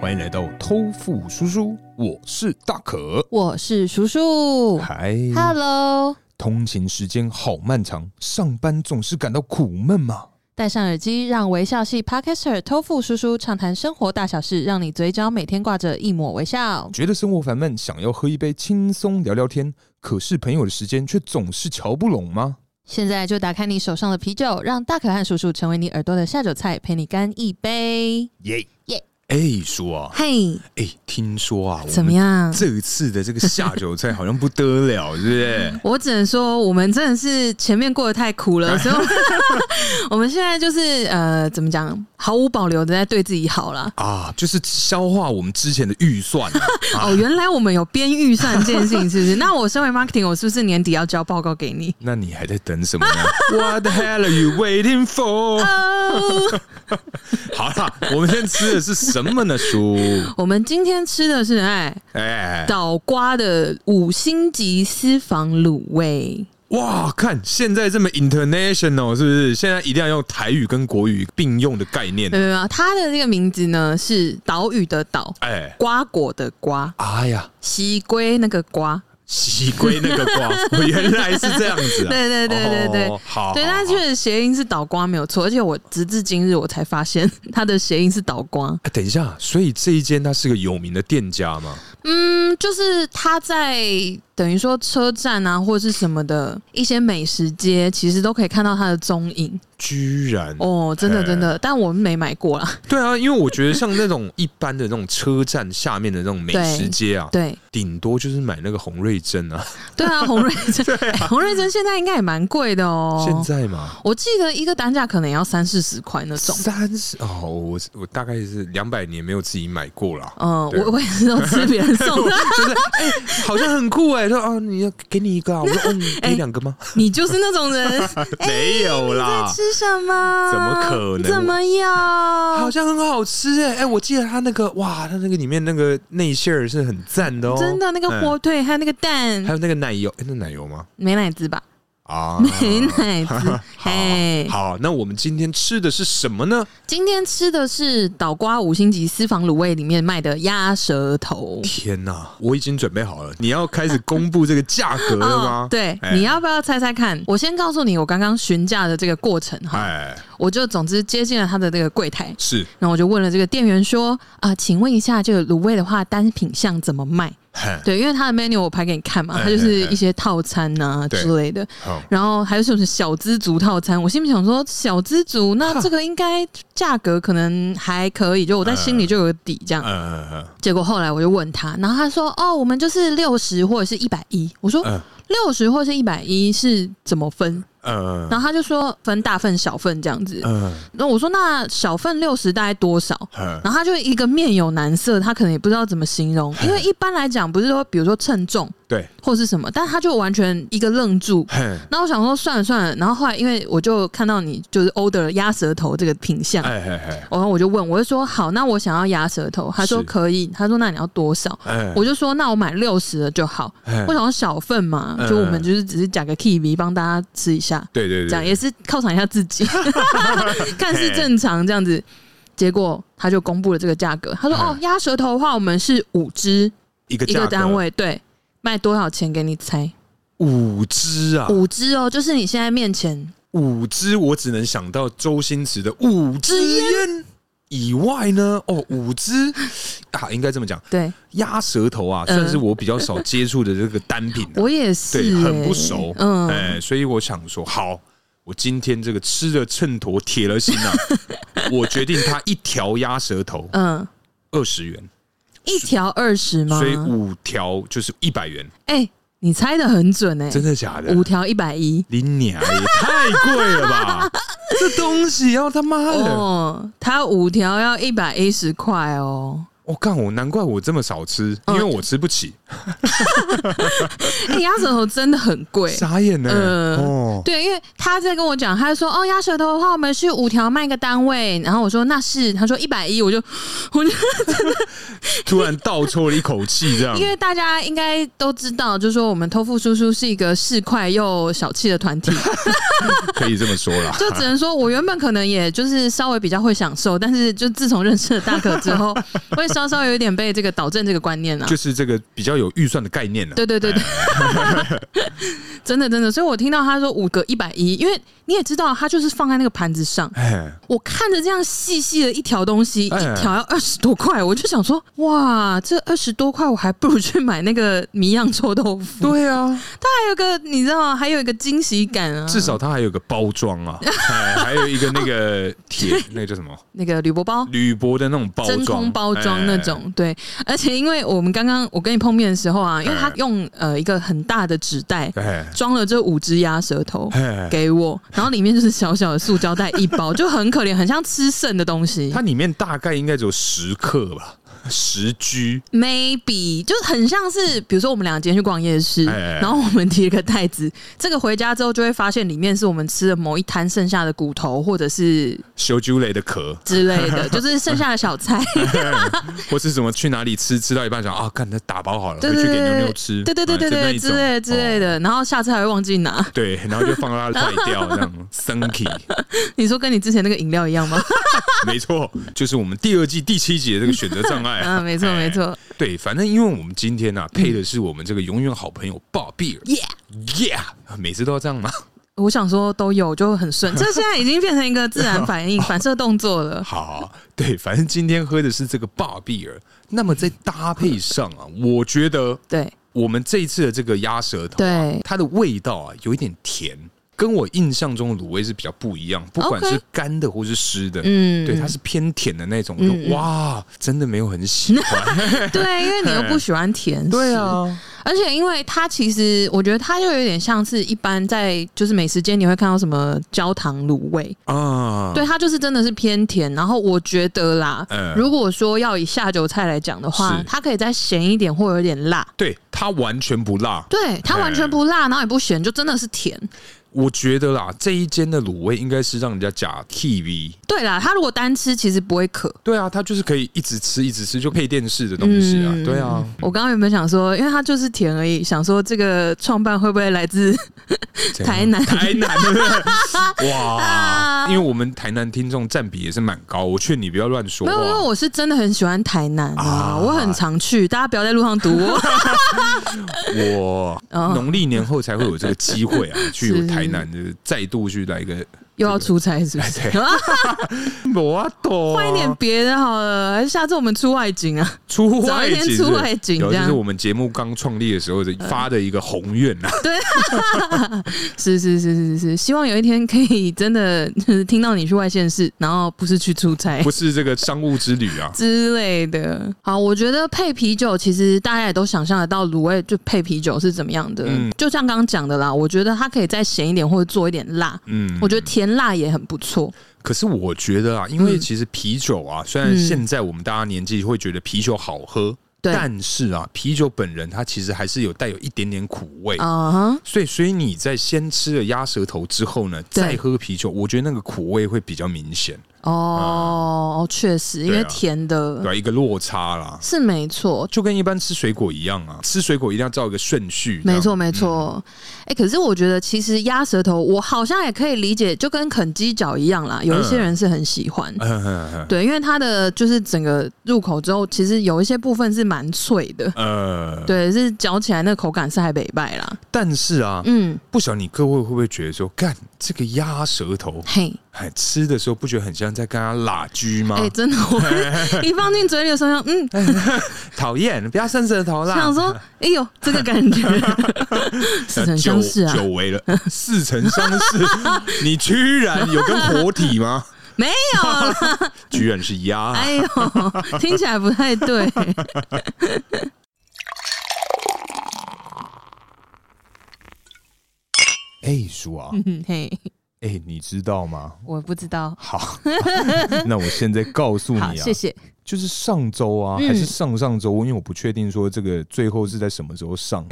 欢迎来到偷富叔叔，我是大可。我是叔叔。嗨， Hello，通勤时间好漫长，上班总是感到苦闷吗？戴上耳机，让微笑系 Podcaster 偷富叔叔畅谈生活大小事，让你嘴角每天挂着一抹微笑。觉得生活烦闷，想要喝一杯轻松聊聊天，可是朋友的时间却总是瞧不拢吗？现在就打开你手上的啤酒，让大可汗叔叔成为你耳朵的下酒菜，陪你干一杯。耶耶！哎，叔啊，嘿，哎，听说啊，我们怎么样？这一次的这个下酒菜好像不得了，是不 是？我只能说，我们真的是前面过得太苦了，所以我们 我们现在就是呃，怎么讲，毫无保留的在对自己好了。啊，就是消化我们之前的预算啊、哦，原来我们有编预算这件事情，是不 是？那我身为 marketing，我是不是年底要交报告给你？那你还在等什么呢 ？What the hell are you waiting for？好啦，我们今天吃的是什么呢，叔？ 我们今天吃的是哎哎，岛瓜的五星级私房卤味，哇，看现在这么 international，是不是？现在一定要用台语跟国语并用的概念没。有没有没有，呃它的这个名字呢是岛屿的岛，哎，瓜果的瓜，哎呀，西归那个哦瓜，西归那个瓜，原来是这样子啊！ 对对对对对哦好，对，好它好确实谐音是岛瓜没有错，而且我直至今日我才发现它的谐音是岛瓜。哎等一下，所以这一间它是个有名的店家吗？嗯，就是它在等于说车站啊，或是什么的一些美食街，其实都可以看到它的踪影居然哦，真的真的，但我们没买过啦。对啊，因为我觉得像那种一般的那种车站下面的那种美食街啊，对顶多就是买那个红瑞珍啊。对啊，红瑞珍， 哎 红瑞珍现在应该也蛮贵的哦。现在嘛，我记得一个单价可能也要三四十块那 种。三十哦，我我大概是两百年没有自己买过了。嗯，对我我也是都吃别人送 的，就是哎、好像很酷哎、说啊，你要给你一个啊，我说嗯， 给你两个吗？你就是那种人， 没有哎在啦，吃哦什 么？怎么可能怎么好样？像很好吃哎、哎、我记得它那个哇，它那个里面那个内馅儿是很赞的哦，真的那个火嗯腿还有那个蛋还，有那个奶油，哎、那奶油吗？美乃滋吧？ 啊，美乃 滋，哎，好，那我们今天吃的是什么呢？今天吃的是岛瓜五星级私房卤味里面卖的鸭舌头。天哪、我已经准备好了，你要开始公布这个价格了吗？哦，对，哎你要不要猜猜看？我先告诉你我刚刚询价的这个过程哈，哎，我就总之接近了他的这个柜台，是，然后我就问了这个店员说：“啊、请问一下，这个卤味的话单品项怎么卖？”嘿对，因为他的 menu 我拍给你看嘛，哎它就是一些套餐呐、对之类的，好，然后还有什么小资族套餐，我心里想说小资族，那这个应该价格可能还可以，就我在哎心里就有个底这样。嗯结果后来我就问他，然后他说：“哦，我们就是六十或者是一百一。”我说嗯：“六十或是一百一是怎么分嗯？”然后他就说：“分大份、小份这样子。嗯”那我说：“那小份六十大概多少？”嗯，然后他就一个面有难色，他可能也不知道怎么形容，因为一般来讲不是说比如说称重对，或是什么，但他就完全一个愣住。嘿，那我想说算了算了，然后后来因为我就看到你就是 order 了鸭舌头这个品相，哎嘿嘿，然后我就问，我就说好，那我想要鸭舌头，他说是可以，他说那你要多少？哎，我就说那我买六十的就好，哎我想要小份嘛，嗯就我们就是只是加个 K B 帮大家吃一下，对对这样对，也是犒赏一下 自己， 看似正常这样子。结果他就公布了这个价格，他说嗯哦，鸭舌头的话我们是五只一个一价个格单位，对，卖多少钱给你猜？五只啊，五只哦，就是你现在面前五只，我只能想到周星驰的五支烟。以外呢，哦，五只啊，应该这么讲，对。鸭舌头啊，嗯算是我比较少接触的这个单品啊、我也是、对，欸，很不熟，嗯，哎、所以我想说，好，我今天这个吃的秤砣铁了心 啊，我决定它一条鸭舌头嗯，二十元，一条二十吗所？以五条就是一百元，哎、你猜的很准哎、真的假的？五条一百一你娘也太贵了 吧！这东西要他妈的，哦，它五条要一百一十块哦。我干、我难怪我这么少吃，因为我吃不起，哎、鸭舌头真的很贵。傻眼呢、嗯 哦，对，因为他在跟我讲，他就说哦，鸭舌头的话，我们 是五条卖一个单位。然后我说那是，他说一百一，我就我就真的突然倒抽了一口气，这样因为大家应该都知道，就是说我们偷富叔叔是一个市侩又小气的团体，可以这么说 啦。就只能说我原本可能也就是稍微比较会享受，但是就自从认识了大可之后，会稍稍有一点被这个导正这个观念啊。就是这个比较有预算的概念了、啊对对对 对，真的真的，所以我听到他说五个一百一，因为你也知道，他就是放在那个盘子上，哎，我看着这样细细的一条东西，一哎条要二十多块，我就想说，哇，这二十多块我还不如去买那个米酿臭豆 腐。对啊，还有个你知道，还有一个惊喜感啊，至少它还有个包装啊，嗯哎，还有一个那个 铁，那个叫什么那个铝箔包。铝箔的那种包真空装，包装那哎种，对，而且因为我们刚刚我跟你碰面的时候啊，因为他哎用呃一个很大的纸袋哎，装了这五只鸭舌头哎给我，然后里面就是小小的塑胶袋一包，就很可怜，很像吃剩的东西它里面大概应该只有十克吧，十 G， ，maybe 就很像是比如说我们俩今天去逛夜市，哎哎哎然后我们提了个袋子，这个回家之后就会发现里面是我们吃的某一摊剩下的骨头或者是修啾类的壳，之类的，就是剩下的小菜。或是什么去哪里吃，吃到一半想啊，看它打包好了，对回对去对给对妞妞吃，对对对对哎对，之类之就类。那一种哦的，然后下次还会忘记拿。对，然后就放到它坏掉，这 样 Sunky，你说跟你之前那个饮料一样吗？没错，就是我们第二季第七集的这个选择障碍。 哎啊，没错没错对，反正因为我们今天呢、啊、配的是我们这个永远好朋友鲍比尔，Yeah。 ，Yeah，每次都要这样吗？我想说都有，就很 顺。这现在已经变成一个自然反应、反射动作了。好，对，反正今天喝的是这个鲍比尔，那么再搭配上啊，我觉得 对我们这一次的这个鸭舌头、啊，对它的味道啊有一点甜，跟我印象中的卤味是比较不一样，不管 OK 是干的或是湿的，嗯对，它是偏甜的那种，我嗯嗯就哇，真的没有很喜 欢，对，因为你又不喜欢甜食，啊对。啊，而且因为它其实，我觉得它就有点像是一般在就是美食街你会看到什么焦糖卤味，啊，对，它就是真的是偏甜。然后我觉得啦，嗯如果说要以下酒菜来讲的话是，它可以再咸一点或有点辣。对，它完全不辣，对，它完嗯全不辣，然后也不咸，就真的是甜。我觉得啦，这一间的卤味应该是让人家假 TV。对啦，它如果单吃其实不会渴。对啊，它就是可以一直吃一直吃，就配电视的东西啊。嗯对啊，我刚刚原本想说，因为它就是甜而已，想说这个创办会不会来自这样台南？ 台南对不对？哇啊，因为我们台南听众占比也是蛮高，我劝你不要乱说没有，因为话。我是真的很喜欢台南啊，啊我很常去，大家不要在路上堵 我。我哦农历年后才会有这个机会啊，去有是台南的再度去来一个。 又要出差是不是？啊对，我懂，换一点别的好了，还是下次我们出外景啊？出找外一景天是不出是，外景有这这是样嗯我们节目刚创立的时候的发的一个宏愿啊。是是是是是，希望有一天可以真的就是听到你去外县市，然后不是去出差。不。是这个商务之旅啊之类的，好，我觉得配啤酒，其实大家也都想象得到卤味就配啤酒是怎么样的。嗯就像刚刚讲的啦，我觉得它可以再咸一点，或者做一点辣。嗯，我觉得甜辣也很不错。可是我觉得啊，因为嗯其实啤酒啊，虽然嗯现在我们大家年纪会觉得啤酒好喝，对啊但是啊，啤酒本人它其实还是有带有一点点苦味。哦啊哈，所以，所以你在先吃了鸭舌头之后呢，对再喝啤酒，我觉得那个苦味会比较明显，哦，确实，因为啊对啊甜的对吧、一个落差啦，是没错，就跟一般吃水果一样啊，吃水果一定要照一个顺序。没错，没错。嗯哎、可是我觉得其实鸭舌头，我好像也可以理解，就跟啃鸡脚一样啦，有一些嗯人是很喜欢。这样，嗯嗯对，因为它的就是整个入口之后，其实有一些部分是蛮脆的，嗯呃，对，是嚼起来那个口感是还北拜啦。但是啊，嗯，不晓得你各位会不会觉得说，干这个鸭舌头嘿，哎，吃的时候不觉得很像在跟他拉锯吗哎、？真的， 我一放进嘴里的时候，嗯，讨厌，不要伸舌头啦想！说，哎呦，这个感 觉似曾相识啊呃久，违了，似曾相识。你居然有跟活体 吗？没有啦， 居然是鸭、哎呦，听起来不太对。哎，叔啊，嗯 嘿，哎，你知道吗？我不知道。好， 那我现在告诉你好，啊，谢谢。就是上周啊，嗯还是上上周，因为我不确定说这个最后是在什么时候 上。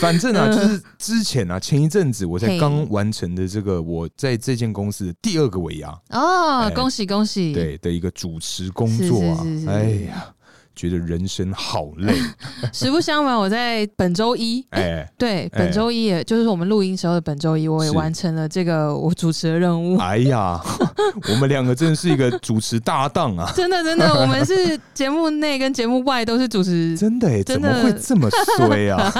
反正啊，就是之前啊，前一阵子我才嗯嘿刚完成的这个我在这间公司的第二个尾牙，哦哎，恭喜恭喜！对的一个主持工作啊是是是，是哎呀，觉得人生好累。实不相瞒，我在本周一，哎对，本周一也就是我们录音时候的本周一，我也是完成了这个我主持的 任务。哎呀，我们两个真的是一个主持搭档啊！真的，真的，我们是节目内跟节目外都是主持，真的哎、真怎的么会这么衰 啊？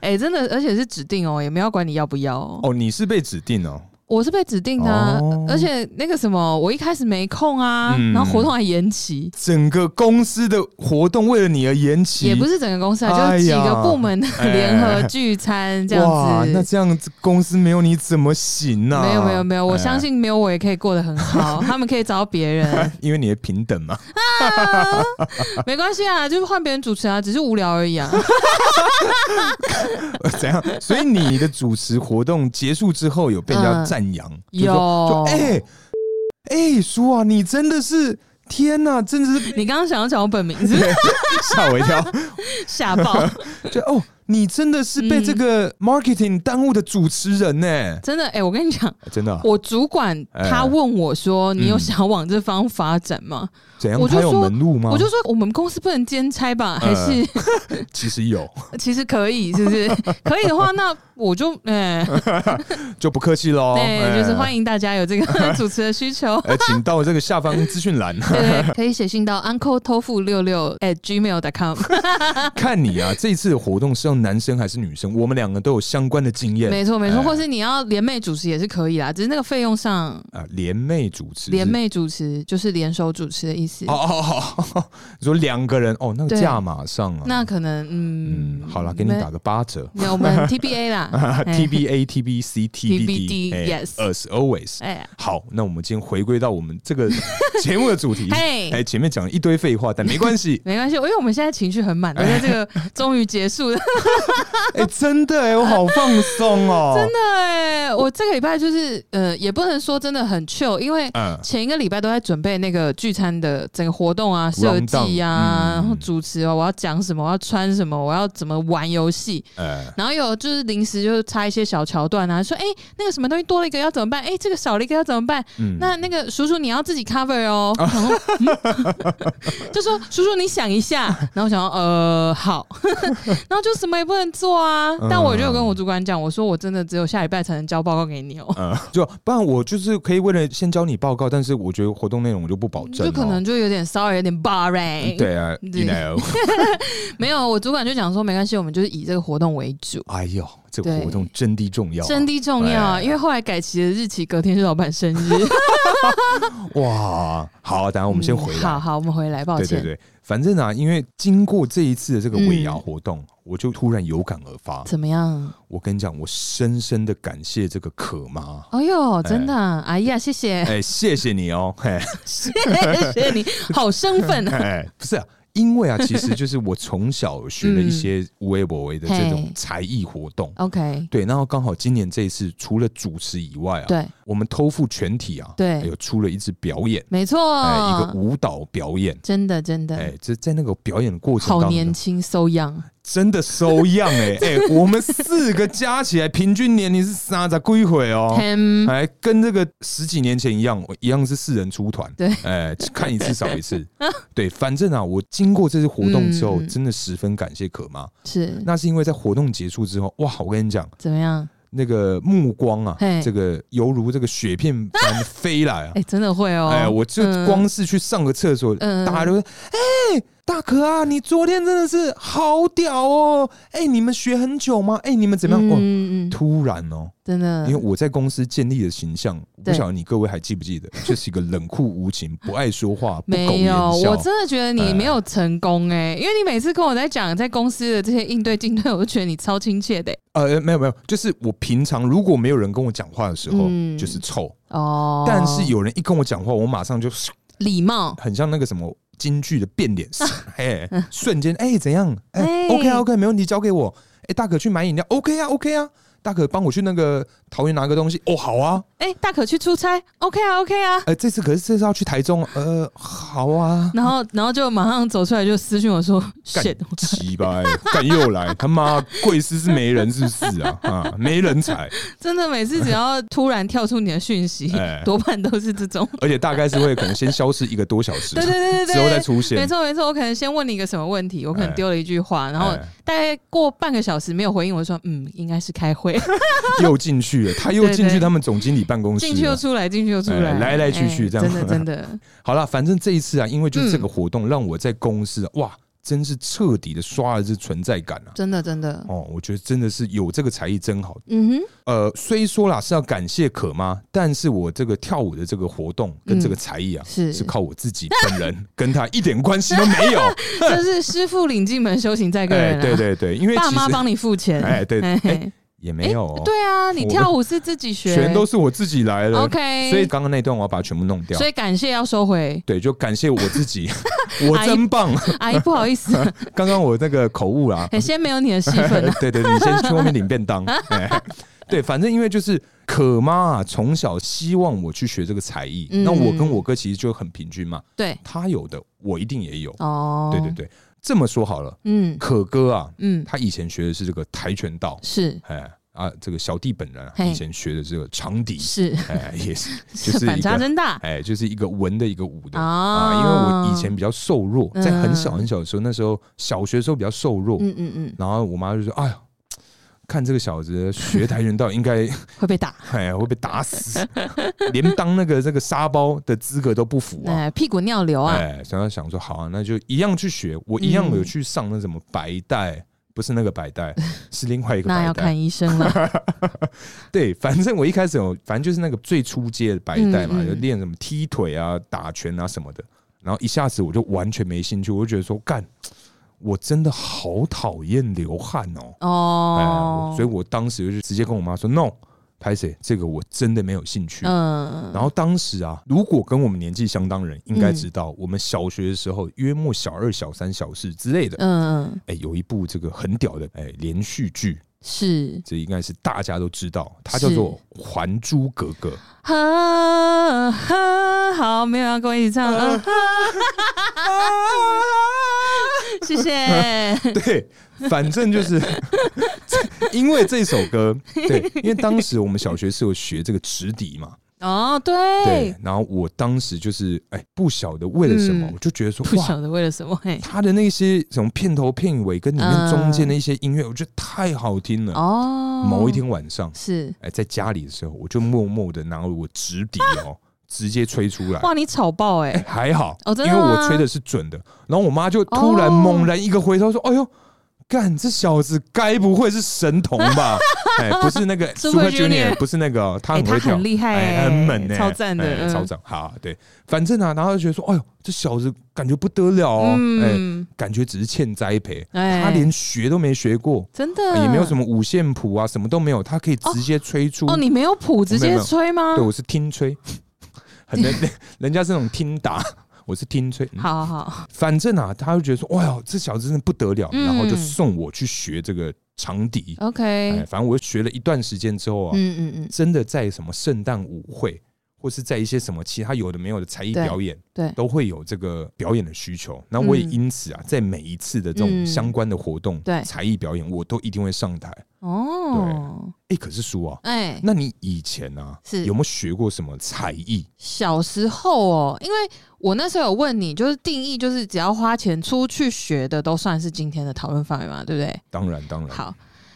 哎、真的，而且是指定哦，也没有管你要不要哦。哦，你是被指定哦，我是被指定的、啊，哦而且那个什么，我一开始没空啊，嗯然后活动还延期，整个公司的活动为了你而延期，也不是整个公司啊，哎就是呀几个部门的 哎联合聚餐这样哇，那子。这样子公司没有你怎么行呢、啊？没有没有没有，我哎相，信没有我也可以过得很好，他们可以找别人，因为你的平等嘛。没关系啊，就是换别人主持啊，只是无聊而已啊。 怎样？所以你的主持活动结束之后，有被人家嗯赞扬，就有说说哎哎、叔啊，你真的是天哪、真的是你刚刚想要讲我本名是不是 吓我一跳， 吓爆？就哦，你真的是被这个嗯 marketing 耽误的主持人呢、真的，哎、我跟你讲，真的啊、我主管他问我说：“嗯你有想往这方发展吗怎样？我就他有说门路吗？我就说：“我们公司不能兼差吧？还嗯 是、其实有，其实可以，是不是？可以的话，那我就哎，就不客气喽。 对，就是 迎。欢迎大家有这个 主持的需 求。”呃，请到这个下方资讯 栏对，可以写信到 uncle tofu 六六 at gmail.com。看你啊，这一次的活动是要男生还是女生？我们两个都有相关的经验没错，没错，哎或是你要联袂主持也是可以啦，只是那个费用上，啊，联袂主持，联袂主持就是联手主持的意思哦。哦哦，你 说两个人哦，那个对价码上啊，那可能嗯哎嗯，，好了，给你打个八折。没，我们 TBA 啦 T B A T B C T B TBD yes us always。哎好，那我们今天回归到我们这个节目的主题。 嘿。哎，前面讲了一堆废话，但没关系 没关系，因为我们现在情绪很 满，都在这个终于结束了。哎，真的哎，我好放松哦。 真，的哎，我这个礼拜就是呃，也不能说真的很 chill，因为嗯，前一个礼拜都在准备那个聚餐的整个活动啊、设 Round down，计嗯啊，然后主持哦，我要讲什么，我要穿什么，我要怎么玩游戏，呃，然后有就是临时就是插一些小桥段啊，说哎、那个什么东西多了一个要怎么办？哎、这个少了一个要怎么办？嗯那那个叔叔你要自己 cover 哦，然后、嗯 就说叔叔你想一下，然后我想说呃好， 然后就什么也不能做啊。嗯但我就有跟我主管讲，我说我真的只有下礼拜才能交报告给你哦，呃，就不然我就是可以为了先教你报告，但是我觉得活动内容我就不保证 就哦，可能就有点 sorry，有点 boring。，对啊对，you know，没有，我主管就讲说没关系，我们就是以这个活动为主。哎呦，这个对活动真的重要啊，真的重要啊，哎因为后来改期的日期隔天是老板生日。哇，好，等一下 我们先回来，嗯好好，我们回来，抱对歉。对对，反正啊，因为经过这一次的这个尾牙活嗯动，我就突然有感而发。怎么样？我跟你讲，我深深的感谢这个可妈，哎呦，真的啊，哎呀，谢谢，哎、谢谢你 哦，嘿，谢 谢你，好生分啊！哎，不是啊。因为啊，其实就是我从小学了一些无微不微的这种嘿才艺活动， OK，对，然后刚好今年这一次除了主持以外啊，对，我们偷富全体啊，对啊有出了一支表演，没错，哎、一个舞蹈表演，真的真的、哎、这在那个表演的过程好当年中，轻，so young，真的收样 哎、哎、我们四个加起来平均年龄是三十归回哦。嗯，哎，跟这个十几年前一样，我一样是四人出团。对哎，看一次少一 次。对，反正啊，我经过这次活动之后，嗯真的十分感谢可妈。是那是因为在活动结束之后，哇，我跟你讲，怎么样？那个目光啊嘿，这个犹如这个雪片般飞来 啊哎、！真的会哦，哎，我就嗯光是去上个厕所，嗯大家都会，哎、大可啊，你昨天真的是好屌哦！哎、你们学很久吗？哎、你们怎么样？哦，嗯嗯嗯，突然哦，真的，因为我在公司建立的形象，我不对晓得你各位还记不 记得，就是一个冷酷无情、不爱说话、不苟没言有，笑我。真的觉得你没有成功哎、因为你每次跟我在讲在公司的这些应对进退，我都觉得你超亲切的、欸呃，没有没有，就是我平常如果没有人跟我讲话的时候，嗯就是臭；哦。哎但是有人一跟我讲话，我马上就礼貌，很像那个什么京剧的变脸， 哎，瞬间哎、怎样？哎、哎 o k 啊 OK，没问题，交给我。哎、大可去买饮料，OK 啊 OK 啊，大可帮我去那个桃园拿个东西。哦，好啊，哎、大可去出差，OK 啊，OK 啊。呃，这次可是这次要去台中，呃，好 啊，然后，然后就马上走出来就私讯我说干：“shit，急吧，干又来，他妈贵司是没人是不是啊？ 啊，没人才，真的每次只要突然跳出你的讯息哎，多半都是这种。而且大概是会可能先消失一个多小时，对对对对对，之后再出没现。错没错，我可能先问你一个什么问题，我可能哎丢了一句话，然后哎大概过半个小时没有回应，我就说嗯，应该是开会，又进去了，他又进对去对他们总经理办公室 进去又了。出来，进去又出啊哎来，来来去去哎这样真 的真的，好了，反正这一次啊，因为就是这嗯个活动，让我在公司啊哇，真是彻底的刷了这存在感啊！真的真的，哦，我觉得真的是有这个才艺真好。嗯哼，呃，虽说啦是要感谢可妈，但是我这个跳舞的这个活动跟这个才艺啊，嗯是是靠我自己本人， 跟他一点关系都 没有。这是师傅领进门，修行在个人、啊，哎对对对，因为爸其妈实帮你付钱，哎对嘿嘿哎也没有哦，对啊，你跳舞是自己学，全都是我自己来了。 OK，所以刚刚那段我要把它全部弄掉 所。以感谢要收回，对，就感谢我自 己，我真棒。 阿姨不好意思，刚刚我那个口误啊啦，哎先没有你的戏份、呃，啊对对，对你先去外面领便 当。哎对，反正因为就是可妈啊，从小希望我去学这个才艺，嗯那我跟我哥其实就很平均嘛， 对，他有的我一定也有。哦，对对，对，这么说好了，嗯可哥啊，嗯，他以前学的是这个跆拳道，是哎啊，这个小弟本人啊嘿以前学的是这个长笛，是，哎也是， 就是反一差个真大哎就是一个文的一个武的。啊，啊因为我以前比较瘦弱，在很小嗯很小的时候，那时候小学的时候比较瘦弱，嗯嗯嗯然后我妈就说：“哎呀，看这个小子学跆拳道，应该 会被打，哎呀会被打 死，连当那个这个沙包的资格都不符啊。哎屁股尿流啊，哎，想要想说好啊，那就一样去学，我一样有去上那什么白带，不是那个白 带，是另外一个嗯那白要带。哎看医 生了，对，反正我一开始有，反正就是那个最初阶的白带嘛，嗯嗯就练什么踢腿啊、打拳啊什么的。然后一下子我就完全没兴趣，我就觉得说干，我真的好讨厌流汗哦。哎，我哦，所以我当时就直接跟我妈说 no，拍谁这个我真的没有兴趣。嗯，然后当时啊，如果跟我们年纪相当人，应该知道、我们小学的时候，约莫小二、小三、小四之类的，嗯嗯哎、有一部这个很屌的哎、连续剧，是。这应该是大家都知道，它叫做《还珠格格》。啊啊！好，没有要跟我一起 唱了。啊谢谢。对，反正就是 这因为这首歌，对，因为当时我们小学是有学这个直笛嘛，哦，对对，，然后我当时就是哎、不晓得为了什么，嗯我就觉得说不哇。晓得为了什么，嘿，他的那些什么片头片尾跟里面嗯中间的一些音乐，我觉得太好听了。哦，某一天晚上，是哎，在家里的时候，我就默默的拿我直笛 哦，直接吹出来。哇，你吵爆哎、哎，还好，哦因真的为我吗吹的是准的。然后我妈就突然哦猛然一个回头说：“哎呦，干这小子该不会是神童吧？” 哎，不是那个 Super Junior 不是那个哦，他哎、很他会跳很。厉害、哎哎，很猛呢，超赞的，哎嗯超赞。好，对，反正啊，然后就觉得说，哎呦，这小子感觉不得了哦，哎，嗯，感觉只是欠栽培，哎他连学都没学过，真的也没有什么么五线谱啊，什么都没有，他可以直接吹出。哦，你没有谱直没有接没有吹吗？对我是听吹， 很人 人家是那种听打，我是听吹。嗯好好好，反正啊，他就觉得说，哇哟，这小子真的不得了，嗯然后就送我去学这个长笛。 ，OK，、哎，反正我学了一段时间之后啊，嗯嗯嗯，真的在什么圣诞舞会。或是在一些什么其他有的没有的才艺对表演，对，都会有这个表演的需求。那我也因此啊，在每一次的这种嗯相关的活动、对才艺表演，我都一定会上台。哦，哎、可是叔啊，哎、那你以前啊，是有没有学过什么才艺？小时候哦，因为我那时候有问你，就是定义就是只要花钱出去学的都算是今天的讨论范围嘛，对不对？当然，当然。好，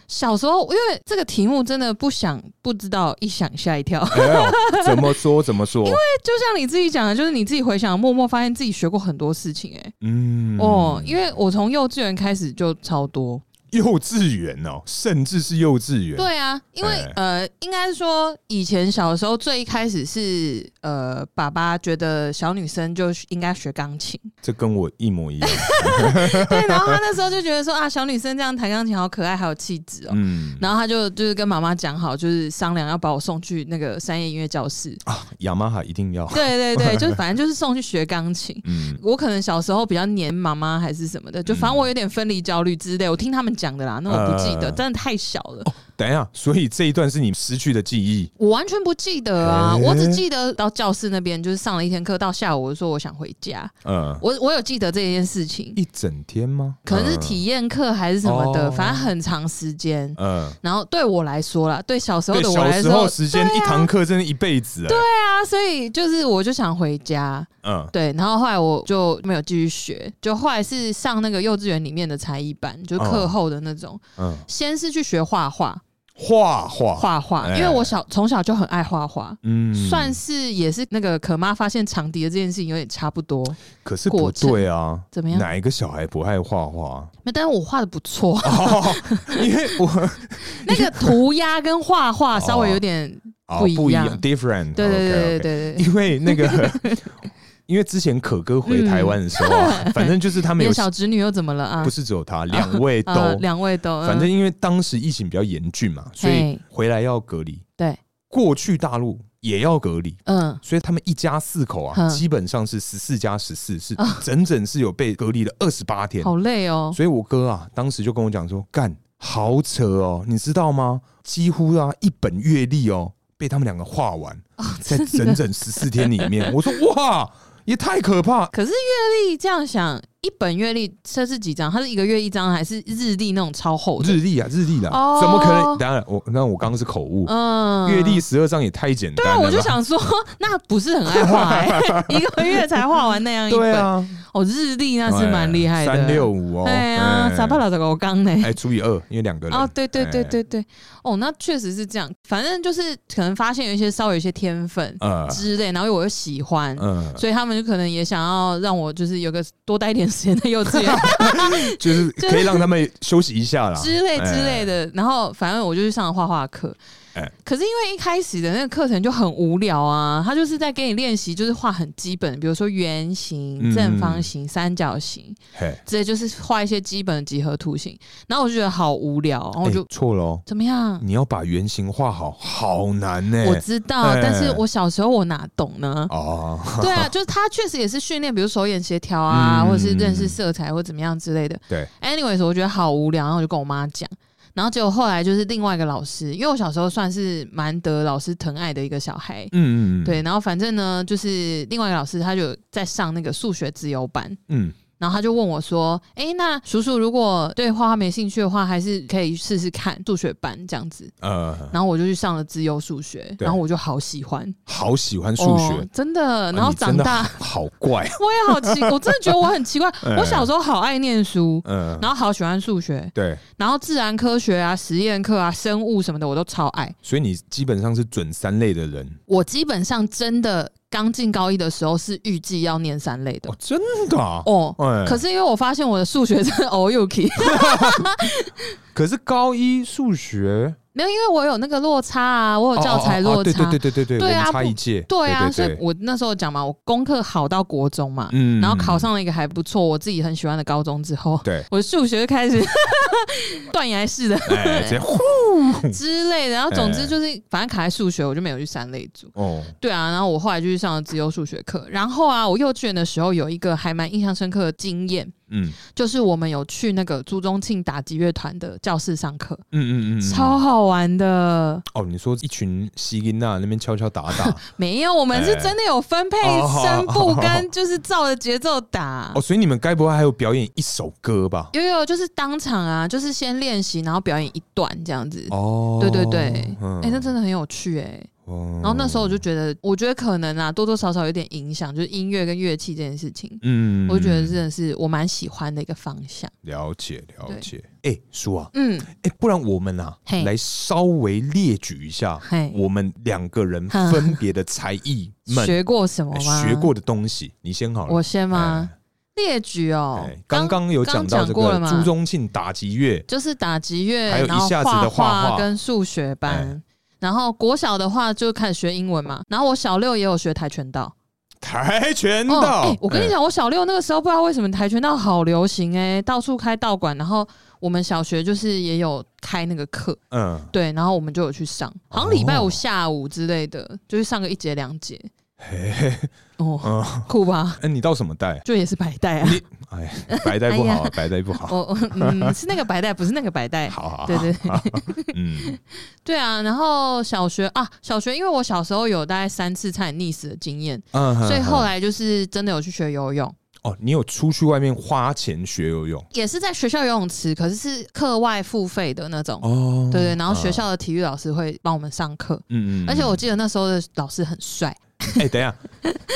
小时候因为这个题目真的不想不知道，一想吓一跳。 哎呦，怎么说？怎么说？就像你自己讲的，就是你自己回想，默默发现自己学过很多事情、欸，哎、嗯，哦，为因为我从幼稚园开始就超多。幼稚园哦，甚至是幼稚园。对啊，因为、哎呃，应该是说以前小时候最一开始是呃，爸爸觉得小女生就应该学 钢琴，这跟我一模 一样。对，然后他那时候就觉得说啊，小女生这样弹钢琴好可爱，好有气质哦。嗯，然后他就就是跟妈妈讲好，就是商量要把我送去那个商业音乐教 室。啊，雅马哈一定 要。对对对，就是反正就是送去学钢琴。嗯，我可能小时候比较黏妈妈还是什么的，就反正我有点分离焦虑之类，我听他们讲的啦，那我不记得，嗯真的太小了。等一下，所以这一段是你失去的记忆。我完全不记得啊，欸我只记得到教室那边就是上了一天课，到下午我就说我想回家，嗯，我我有记得这件事情，一整天吗？可能是体验课还是什么的，哦反正很长时间。嗯。嗯，然后对我来说啦，对小时候对，的我小来时说啊候，时间一堂课真的一辈子。哎对，对啊，所以就是我就想回家，嗯，对，然后后来我就没有继续学，就后来是上那个幼稚园里面的才艺班，就哦课后的那种。嗯，先是去学画画，画画，画画，哎因为我小从小就很爱画画，嗯，算是也是那个可妈发现长笛的这件事情有点差不多。可是不对啊，怎么样哪一个小孩不爱画 画？那但是我画的不错，哦，因为我 那个涂鸦跟画画稍微有点，哦不一样一样，different。哦对对 OK，OK 对对对对。因为那 个，因为之前可哥回嗯台湾的时候啊， 反正就是他们你有的小侄女又怎么了啊不？是只有他，两位都，呃，两位都，嗯反正因为当时疫情比较严峻嘛，所以嘿回来要隔离。对，过去大陆也要隔离，嗯，所以他们一家四口啊，嗯基本上是十四加十四，是整整是有被隔离了二十八天。啊好累哦。所以我哥啊，当时就跟我讲说，干好扯哦，你知道吗？几乎啊一本月历哦，被他们两个画完，哦在整整十四天里 面，我说哇，也太可怕。可是月历这样想，一本月历这是几张？它是一个月一张，还是日历那种超厚的？日历啊，日历啦，哦怎么可能？当然，我那我刚刚是口误，嗯月历十二张也太简单对啊，了吧。我就想说，那不是很爱画、 欸，一个月才画完那样一本。对啊，哦，日历那是蛮厉害的，三六。五哦，对啊，哎咋不老这个我刚呢？哎，除以二，因为两个人哦，对对对，哎对对，哦，那确实是这样。反正就是可能发现有一些稍微有一些天分呃，之类，然后我又喜欢，嗯，所以他们就可能也想要让我就是有个多待一点时间在幼稚 园就是可以让他们休息一下啦，之类哎之类。的。然后反正我就去上了画画课哎。可是因为一开始的那个课程就很无聊啊，他就是在给你练习，就是画很基本，比如说圆嗯形、正方形、三角形，嘿，这就是画一些基本的几何图形。然后我就觉得好无聊，然后我哎就、错了哦，怎么样？你要把圆形画好，好难呢。我知道，哎但是我小时候我哪懂 呢？哦，对啊，就是他确实也是训练，比如手眼协调啊，嗯或者是认识色彩或怎么样之类的。对， anyways，我觉得好无聊，然后我就跟我妈讲，然后结果后来就是另外一个老师，因为我小时候算是蛮得老师疼爱的一个小孩，嗯嗯，嗯，对，然后反正呢，就是另外一个老师他就在上那个数学自由班。嗯，然后他就问我说：“诶，那叔叔如果对画画没兴趣的话，还是可以试试看数学班这样子。”呃，然后我就去上了自由数学，对然后我就好喜欢好喜欢数学哦，真的。然啊后你长真的大，好好怪， 我也好奇，我真的觉得我很奇怪 哎。我小时候好爱念书，嗯，然后好喜欢数学，对，然后自然科学啊、实验课啊、生物什么的我都超爱。所以你基本上是准三类的人我基本上真的刚进高一的时候是预计要念三类的哦，真的啊，哦。哎可是因为我发现我的数学真的 偶有 k 可是高一数学没有，因为我有那个落差啊，我有教材哦哦哦落对差，对对对对对我啊们差不一届，对啊，所对以对，我那时候讲嘛，我功课好到国中嘛，嗯然后考上了一个还不错，我自己很喜欢的高中之后，对，我的数学就 开始断崖式的哎，直接呼嗯之类的，然后总之就是反正卡在数学，我就没有去三类组。哦，对啊，然后我后来就去上了自由数学课。然后啊，我幼稚园的时候有一个还蛮印象深刻的经验，嗯就是我们有去那个朱宗庆打击乐团的教室上课，嗯嗯嗯，嗯超好玩的。哦，你说一群西音娜那边敲敲打 打没有，我们是哎真的有分配哦好声好部好跟就是照着节奏打哦，。所以你们该不会还有表演一首歌吧？有有，就是当场啊，就是先练习，然后表演一段这样子。哦， 对对对，哎、嗯那真的很有趣哎、哦然后那时候我就觉得，我觉得可能啊，多多少少有点影响，就是音乐跟乐器这件事情，嗯我就觉得真的是我蛮喜欢的一个方向。了解了解。哎，叔啊，嗯，哎，不然我们啊嘿，来稍微列举一下嘿我们两个人哈分别的才艺们学过什么哎吗？学过的东西，你先好了。我先吗？列举哦哎，刚刚有讲到刚这讲过个了嘛朱宗庆打击乐，就是打击还有乐，一然后下子的画画画跟数学班哎。然后国小的话就开始学英文嘛，然后我小六也有学跆拳道。跆拳哦，哎、道。我跟你讲，我小六那个时候不知道为什么跆拳道好流行哎、到处开道馆，然后我们小学就是也有开那个课，哎，嗯，对，然后我们就有去上，好像礼拜五下午之类的，就是上个一节两节，嘿嘿，哦，嗯，酷吧？哎，你到什么代？ 就也是白带啊，哎，白带不哎好呀，白带不 好，啊我我嗯是那个白带，不是那个白带。好好，好对对， 嗯，对啊，然后小学啊，小学因为我小时候有大概三次差点溺死的经验，嗯所以后来来就是真的有去学游泳，哦，你有出去外面花钱学游泳也是在学校游泳池，可是是课外付费的那种。哦，对对，然后啊学，校的体育老师会帮我们上课，嗯嗯，而且我嗯记得那时候的老师很帅，哎，等一下，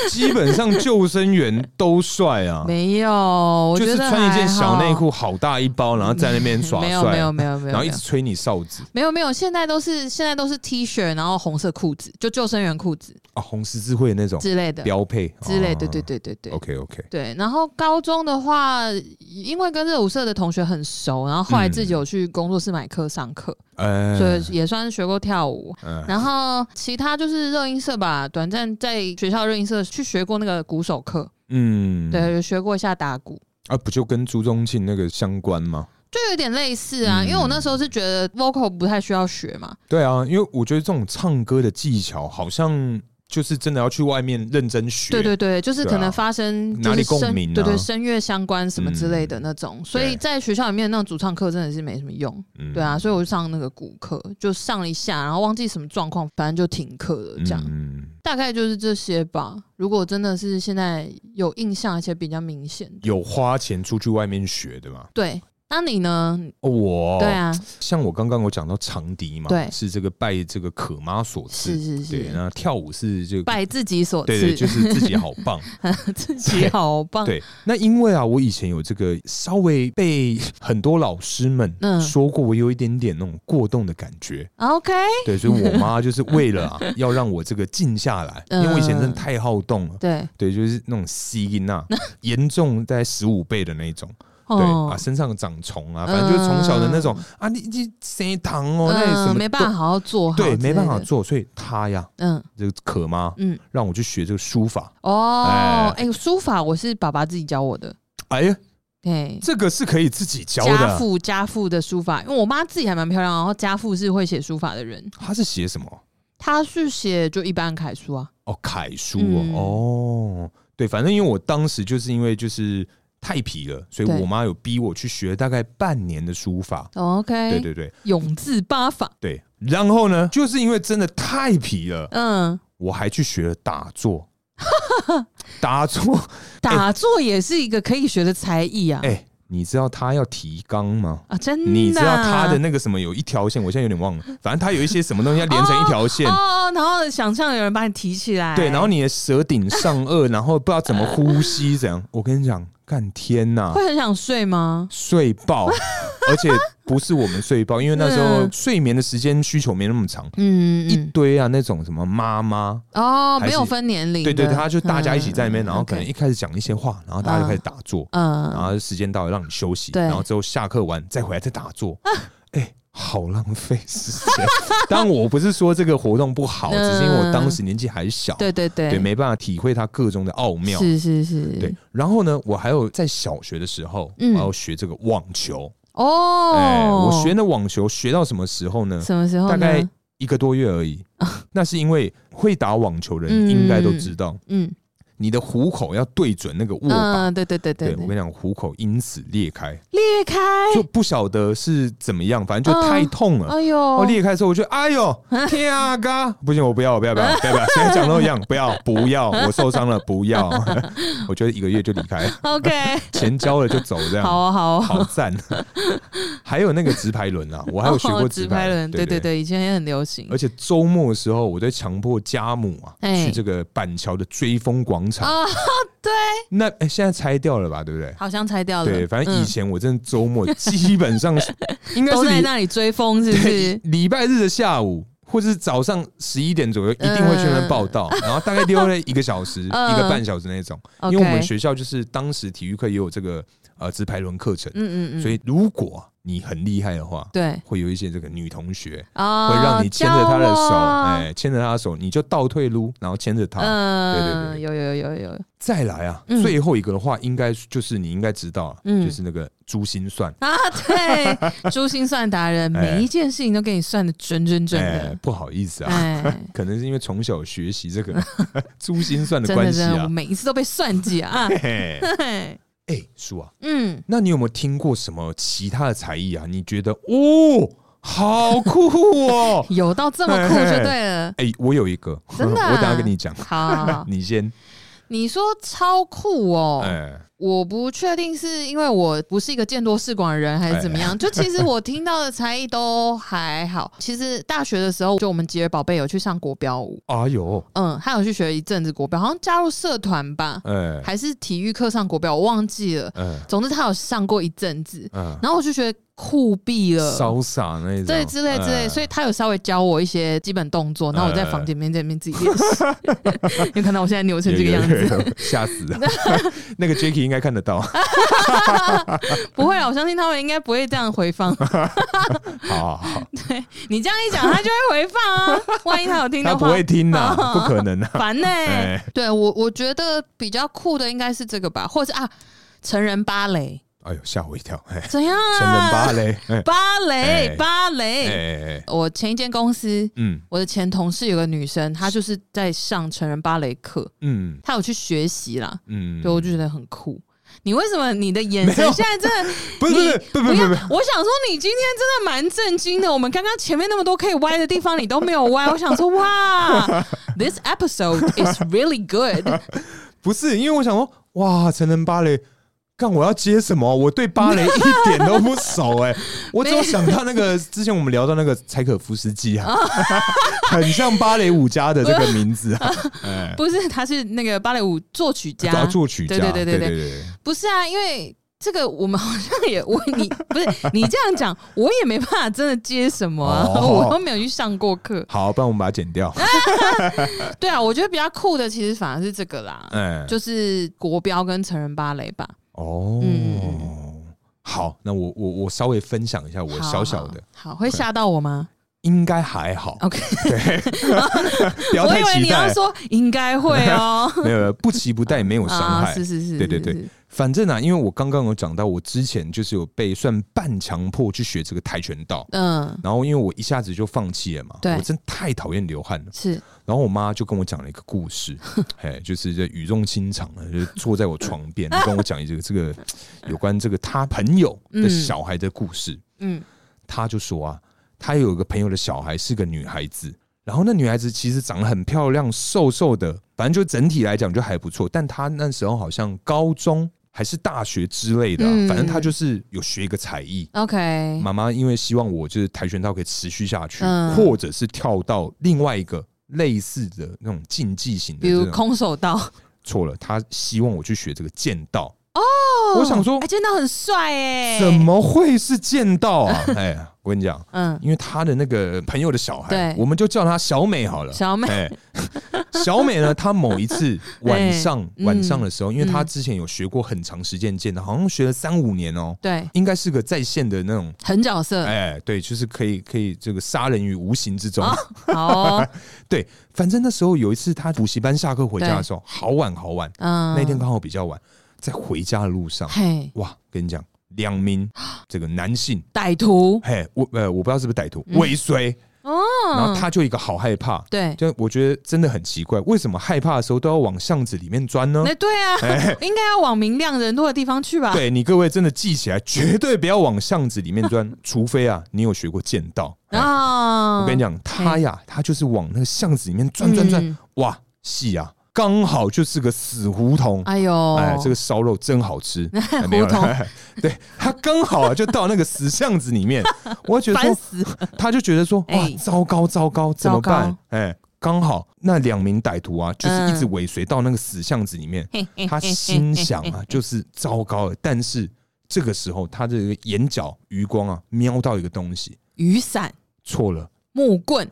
基本上救生员都帅啊，没有，我就觉是得穿一件还小内好，嗯裤，好大一包，然后在那边耍帅， 啊没有没有没有没然有后没一有直吹你哨子没有没有，现在都是现在都是 T 恤，然后红色裤子，就救生员裤子啊，红十字会的那种之类的哦标配哦之类，对对对对对。 ，OK OK，对，然后高中的话，因为跟热舞社的同学很熟，然后后来自嗯己有去工作室买课上课，哎，所以也算是学过跳舞。嗯然后其他就是热音社吧，短暂在学校热音社去学过那个鼓手课，嗯，对，有学过一下打鼓，啊，不就跟朱宗庆那个相关吗？就有点类似啊。嗯因为我那时候是觉得 vocal 不太需要学嘛，对啊，因为我觉得这种唱歌的技巧，好像就是真的要去外面认真学。对对对，就是可对啊能发生哪就里是共声鸣啊对对声乐相关什么之类的嗯那种，所以对在学校里面那种主唱课真的是没什么用。嗯对啊，，所以我就上那个骨课，就上了一下，然后忘记什么状况，反正就停课了，这样、嗯，大概就是这些吧。如果真的是现在有印象，而且比较明显的，有花钱出去外面学的嘛？对，那你呢？哦我对，啊，像我刚刚有讲到长笛嘛，对是这个拜这个可妈所是赐。是对，是，那跳舞是这个。拜自己所 对对，赐，就是自己好 棒。自己好棒，对，那因为啊，我以前有这个稍微被很多老师们嗯说过，我有一点点那种过动的感觉。 ，OK，对，所以我妈就是为了啊， 要让我这个静下来，因嗯为我以前真的太好动了。对，对，就是那种吸音啊，严重在十五倍的那一种，对啊，哦，嗯身上长虫啊，反正就是从小的那种啊，你你谁糖哦，那什么嗯，没办法法，好好做好之类对，的，没办法做，所以她呀，嗯这个可妈嗯，让我去学这个书法，哦，哎哎，书法我是爸爸自己教我的，哎呀，对。这个是可以自己教家的，啊父家父的书法，因为我妈自己还蛮漂亮，然后家父是会写书法的人，她是写什么？她是写就一般楷书啊，哦，楷书嗯哦，哦，对，反正因为我当时就是因为就是太皮了，所以对我妈有逼我去学大概半年的书法，哦 OK，对对对永字八法，对，然后呢，就是因为真的太皮了。嗯，我还去学了打 坐。打坐，打坐也是一个可以学的才艺啊，哎、你知道他要提纲吗？啊，真的啊，你知道他的那个什么有一条线，我现在有点忘了，反正他有一些什么东西要连成一条线。哦，哦然后想象有人把你提起 来，对，然后你的舌顶上颚，然后不知道怎么呼吸，怎样？我跟你讲，干天呐，会很想睡吗？睡 爆，而且不是我们睡爆，因为那时候嗯睡眠的时间需求没那么长，嗯，一嗯堆啊那种什么妈妈，哦，还是没有分年龄的，对对对，他就大家一起在那边，嗯然后可能 OK 一开始讲一些话，然后大家就开始打坐，然嗯，后时间到了让你休息，对然后之后下课完再回来再打 坐，哎、好浪费时间。 当然我不是说这个活动不好，嗯只是因为我当时年纪还小，对对对对，没办法体会它各中的奥妙。是是是，对，，然后呢，我还有在小学的时候，嗯我要学这个网球。哦，哎、我学那网球学到什么时候呢？什么时候呢？大概一个多月而已。那是因为会打网球的人啊嗯应该都知道，嗯。你的虎口要对准那个握把。嗯，对对对对对哎我跟你讲，虎口因此裂开。裂开，就不晓得是怎么样，反正就太痛了。哎呦，哦，裂开之后我就哎 呦天啊嘎！不行，我不要，我不要，不要，不要，不要，谁讲都一样，不要，不要，我受伤了，不 要。我觉得一个月就离开， OK，钱交了就走，这样好啊好啊，好赞。 还有那个直排轮啊，我还有学过哦直排排轮，对对对。对，以前也很流行而。且周末的时候，我在强迫家母啊哎去这个板桥的追风广场。 啊，那哎现在拆掉了吧，对不对？好像拆掉了。对，反正以嗯前我真的周末 基本上 是应该都是在你那里追风，是不对，是？礼拜日的下午或者是早上十一点左右，一定会去那边报道，然后大概溜了一个小时、一 嗯个半小时那种。因 OK 为我们学校就是当时体育课也有这个呃直排轮课程，嗯嗯嗯，所以如果你很厉害的话，对会有一些这个女同学啊，会让你牵着她的手，教我哎，牵着她的手，你就倒退撸，然后牵着她。啊嗯，对对对有有有有有，再来啊，嗯最后一个的话，应该就是你应该知道啊，嗯就是那个珠心算。 啊，对，珠心算达人，哎每一件事情都给你算的准准准哎的，，不好意思啊， 哎，可能是因为从小 学习这个珠心算的真关的系真的，我啊。 每一次都被算计啊，嘿嘿哎、叔啊，嗯，！那你有没有听过什么其他的才艺啊？你觉得哦，好酷哦 有到这么酷嘿嘿就对了，哎、我有一个，真的啊 我等下跟你讲，，好好好你先。你说超酷哦， 哎、我不确定是因为我不是一个见多识广的人，还是怎么哎样。就其实我听到的才艺都还好。其实大学的时候，就我们吉尔宝贝有去上国标舞，哎呦，嗯，他有去学一阵子国标，好像加入社团吧，哎、还是体育课上国标，我忘记了。嗯总之他有上过一阵子，嗯，然后我就觉得酷毙了。潇洒那一种，嗯对，之类之类，所以以他有稍微教我一些基本动作，然后我嗯在房间面这边自己 练习。你有看到我现在扭成这个样子，子，吓死 了。那个 Jacky 应该看得到，好不会啊，我相信他们应该不会这样 回放。好好，你这样一讲，他就会回放啊。万一他有听他的不话，会听呐，不可能啊。烦呢、哎对我，我觉得比较酷的应该是这个吧，或者是啊，成人芭蕾哎呦，吓我一跳！哎，怎样、啊？成人芭，蕾，哎芭蕾，哎芭哎蕾。哎，哎我前一间公司，嗯我的前同事有个女生，她就是在上成人芭蕾课，嗯她有去学习啦，嗯，对我就觉得很酷。你为什么你的眼没有神现在真的 不是你不是不不不要不不，！我想说，你今天真的蛮震惊的。我们刚刚前面那么多可以歪的地方，你都没有歪。我想说，哇，this episode is really good。不是，因为我想说，哇，成人芭蕾，看我要接什么？我对芭蕾一点都不熟 哎、我只有想到那个之前我们聊到那个柴可夫斯基啊， 很像芭蕾舞家的这个名字 啊，哎，不是，他是那个芭蕾舞作曲家啊，作曲家，对对对对对对对对，不是啊，因为。这个我们好像也我 你不是你这样讲，我也没办法真的接什么、啊，哦我都没有去上过课。好，不然我们把它剪掉，啊对啊，我觉得比较酷的其实反而是这个啦，哎，就是国标跟成人芭蕾吧。哦。嗯好，那我我我稍微分享一下我好小小的，，好，好会吓到我吗应该还好， ？OK， 不要我太以为期你要待，说应该会哦。 没有没有不期不待，没有伤害啊，，是是是，对对对是是反正啊，因为我刚刚有讲到，我之前就是有被算半强迫去学这个跆拳道，嗯，然后因为我一下子就放弃了嘛，对我真太讨厌流汗了。是然后我妈就跟我讲了一个故 事，哎，就是这语重心长的，就是坐在我床 边跟我讲一个这个有关这个她朋友的小孩的故事。嗯她就说啊，她有一个朋友的小孩是个女孩子，然后那女孩子其实长得很漂亮，瘦瘦的，反正就整体来讲就还不错。但她那时候好像高中还是大学之类的啊、嗯反正她就是有学一个才艺。 ，OK，妈妈因为希望我就是跆拳道可以持续下去，嗯或者是跳到另外一个类似的那种竞技型的比这如种。空手道，错了，她希望我去学这个剑道。哦我想说哎，，真的很帅哎，怎？么会是剑道 啊？哎，我跟你讲，嗯，因为她的那个朋友的小孩对，我们就叫她小美好了。小 美，哎，小美呢？她某一次晚 上嗯晚上的时候，因为她嗯之前有学过很长时间剑道，好像学了三五年哦，对，应该是个在线的那种。狠角色，哎，对，就是可以可以这个杀人于无形之中。好哦，对，反正那时候有一次，她补习班下课回家的时候，好晚好晚，嗯，那天刚好比较晚，在回家的路上，嘿，哇，跟你讲，两 名这个男性，歹徒嘿，我呃，我不知道是不是歹徒嗯尾随，哦，然后他就一个好害怕，对，就我觉得真的很奇怪，为什么害怕的时候都要往巷子里面钻呢？那对啊，哎 应该要往明亮人多的地方去吧？对你各位真的记起来，绝对不要往巷子里面 钻，除非啊，你有学过剑道。哎啊，我跟你讲，他呀，他就是往那个巷子里面钻钻钻，嗯，哇，戏啊，刚好就是个死胡同。哎呦，哎，这个烧肉真好 吃，哎没有胡同了。 对他刚好啊，就到那个死巷子里 面，我觉得烦说，死了，他就觉得说，哇哎，糟糕，糟糕，怎么糟糕办？哎，刚好那两名歹徒啊，就是一直嗯尾随到那个死巷子里面，嘿嘿 他嘿心想啊，就是糟糕了。但是这个时候，他这个眼角余光啊，瞄到一个东西，雨伞、错了，木棍，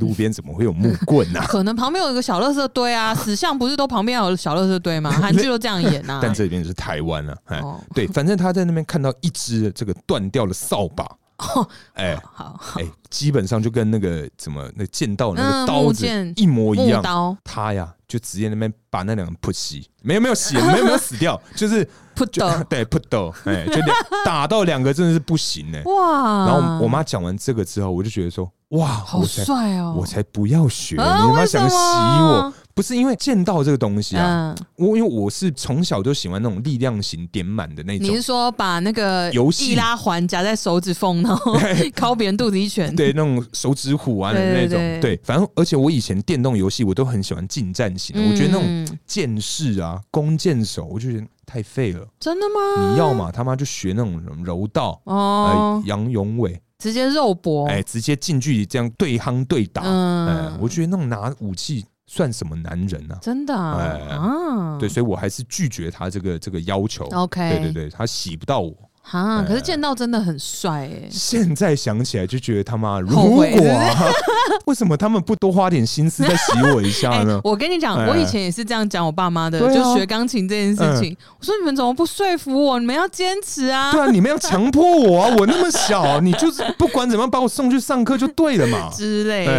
路边怎么会有木棍啊？可能旁边有一个小垃圾堆 啊，死相不是都旁边有小垃圾堆吗？韩剧都这样演 啊。 但这边是台湾啊，哎，哦， 对，反正他在那边看到一只这个断掉的扫把，哦 哎好，哎，基本上就跟那个怎么那剑道那个嗯刀木子剑一模一木样。刀他呀，就直接那边把那两个扑死，没有没有死，没有没有死掉， 就是不就得 对扑斗，哎，就两打到两个真的是不行呢、哇！然后我妈讲完这个之后，我就觉得说，哇，好我才帅哦！我才不要学呢，啊你妈为什想洗我么？不是因为剑道这个东西啊，嗯，我因为我是从小就喜欢那种力量型点满的那你种是，说把那个游戏易拉环夹在手指缝，然 后 敲别人肚子一拳？对那种手指虎啊的那对对种，对对，反正而且我以前电动游戏我都很喜欢近战型的，嗯，我觉得那种剑士啊、弓箭手，我就觉得太废了。真的吗？你要嘛他妈就学那种什么柔道。呃嗯哦，，杨永伟，直接肉搏，哎、直接近距离这样对夯对打，哎、嗯我觉得那种拿武器算什么男人啊？真的啊哎啊，对，所以我还是拒绝他这个这个要求。 ，OK，嗯对对对，他洗不到我。哈，哎可是剑道真的很帅哎，现在想起来就觉得他妈，如后果悔啊， 为什么他们不多花点心思再洗我一下 哎呢？我跟你讲，哎我以前也是这样讲我爸妈的，对啊哎就学钢琴这件事情。我说你们怎么不说服我？你们要坚持 啊！对啊，你们要强迫我啊！我那么小，你就是不管怎么样把我送去上课就对了嘛。 之类的。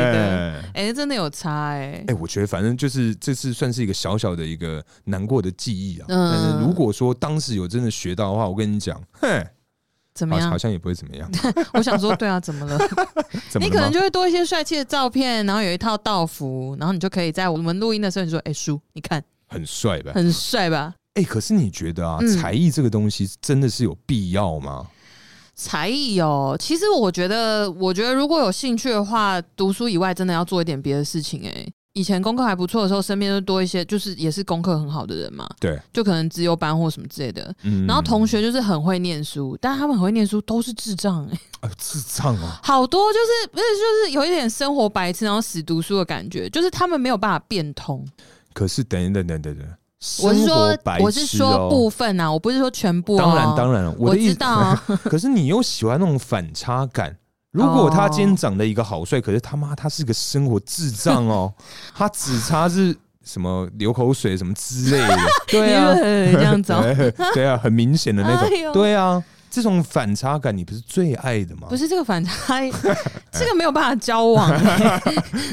哎哎、真的有差哎、哎，我觉得反正就是这次算是一个小小的一个难过的记忆啊。嗯但是如果说当时有真的学到的话，我跟你讲，哼，怎么好好样？像也不会怎 么样。我想说，对啊，怎么了？ 怎么你了可能吗就会多一些帅气的照片，然后有一套道服，然后你就可以在我们录音的时候，你说：“哎、叔，你看很帅吧？很帅吧？哎，可是你觉得啊，嗯才艺这个东西真的是有必要吗？才艺哦。”其实我觉得，我觉得如果有兴趣的话，读书以外真的要做一点别的事情哎、以前功课还不错的时候，身边就多一些，就是也是功课很好的人嘛，对，就可能资优班或什么之类的。嗯然后同学就是很会念书，但他们很会念书都是智障、欸，啊智障啊，好多就是不是就是有一点生活白痴，然后死读书的感觉，就是他们没有办法变通。可是等一等等等等等，我是生活说白，我是痴说哦部分啊，我不是说全部、哦。当然当然了，我的意知思。道 啊，可是你又喜欢那种反差感。如果他今天长得一个好帅，可是他妈他是个生活智障 哦，他只差是什么流口水什么之类 的，对啊，因为这样子、哦。哎对啊， 很明显的那哎种，呦对啊，这种反差感你不是最爱的吗 不？是这个反差， 这个没有办法交往、欸，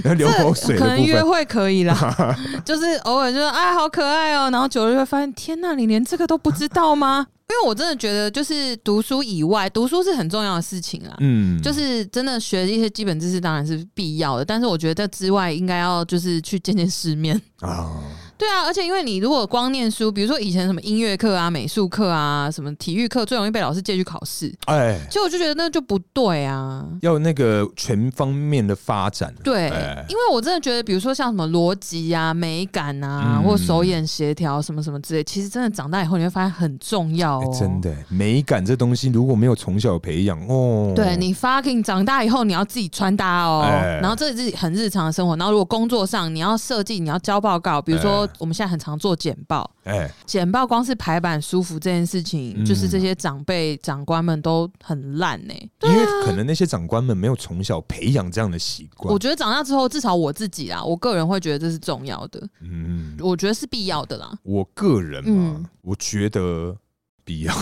然后流口水可的能部约分，会可以啦， 就是偶尔就是哎好可爱哦、然后久了就会发现，天呐，你连这个都不知道吗？ 因为我真的觉得，就是读书以外，读书是很重要的事情啊。嗯，就是真的学一些基本知识当然是必要的，但是我觉得之外应该要就是去见见世面。啊， 对啊，而且因为你如果光念书，比如说以前什么音乐课啊、美术课啊、什么体育课，最容易被老师借去考试，哎，所以我就觉得那就不对啊。要那个全方面的发展，对哦哎，因为我真的觉得，比如说像什么逻辑啊、美感啊，嗯或手眼协调什么什么之类，其实真的长大以后你会发现很重要哎哦。真的美感这东西如果没有从小培养哦，对你 fucking 长大以后你要自己穿搭哦，哎然后这是很日常的生活。然后如果工作上你要设计，你要交报告，比如说哎我们现在很常做简报，哎，简报光是排版舒服这件事情，嗯就是这些长辈长官们都很烂呢、嗯啊因为可能那些长官们没有从小培养这样的习惯我，觉得长大之后，至少我自己啊啦，我个人会觉得这是重要的，嗯，我觉得是必要的啦。我个人嘛，嗯我觉得必 要，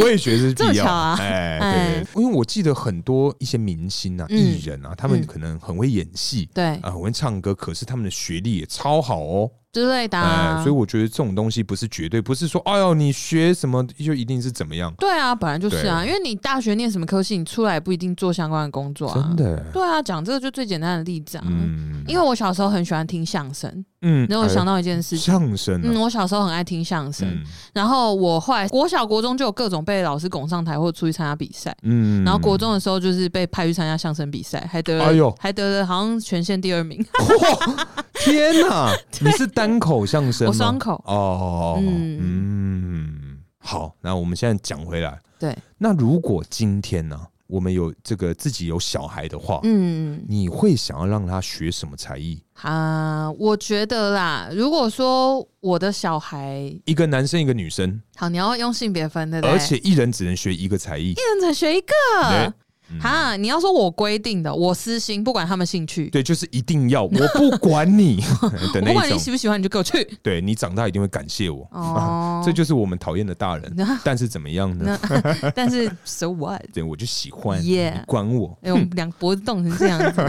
我也觉得是这么必要。巧啊哎，哎对对对，因为我记得很多一些明星啊、嗯艺、人啊，他们嗯可能很会演戏。对，啊，很会唱歌，可是他们的学历也超好哦，之类的、哎、啊所以我觉得这种东西不是绝对，不是说，哎呦，你学什么就一定是怎么样，对啊，本来就是啊，因为你大学念什么科系，你出来也不一定做相关的工作啊。真，的，对啊，讲这个就最简单的例子啊。嗯因为我小时候很喜欢听相声，嗯然后我想到到一件事情，相声嗯，啊，我小时候很爱听相声，嗯然后我后来国小国中就有各种被老师拱上台或出去参加比赛，嗯然后国中的时候就是被派去参加相声比赛，还得了，哎呦还得了好像全县第 二名，哇，天 哪！你是单口相声吗？我双口哦，嗯嗯，好，那我们现在讲回来，对，那如果今天呢、我们有这个自己有小孩的话，嗯你会想要让他学什么才艺？啊，我觉得啦，如果说我的小孩，一个男生，一个女生，好，你要用性别分对不对？而且一人只能学一个才艺一。人只学一个对，嗯哈，你要说我规定的，我私心，不管他们兴趣，对，就是一定要，我不管 你的我不那管一你种喜。不喜欢，你就给我 去对你长大一定会感谢我，。哦啊这就是我们讨厌的大 人。那但是怎么样呢？那 但是 so what？对，我就喜欢 Yeah 你管我。哎、我们两脖子冻成这样 子。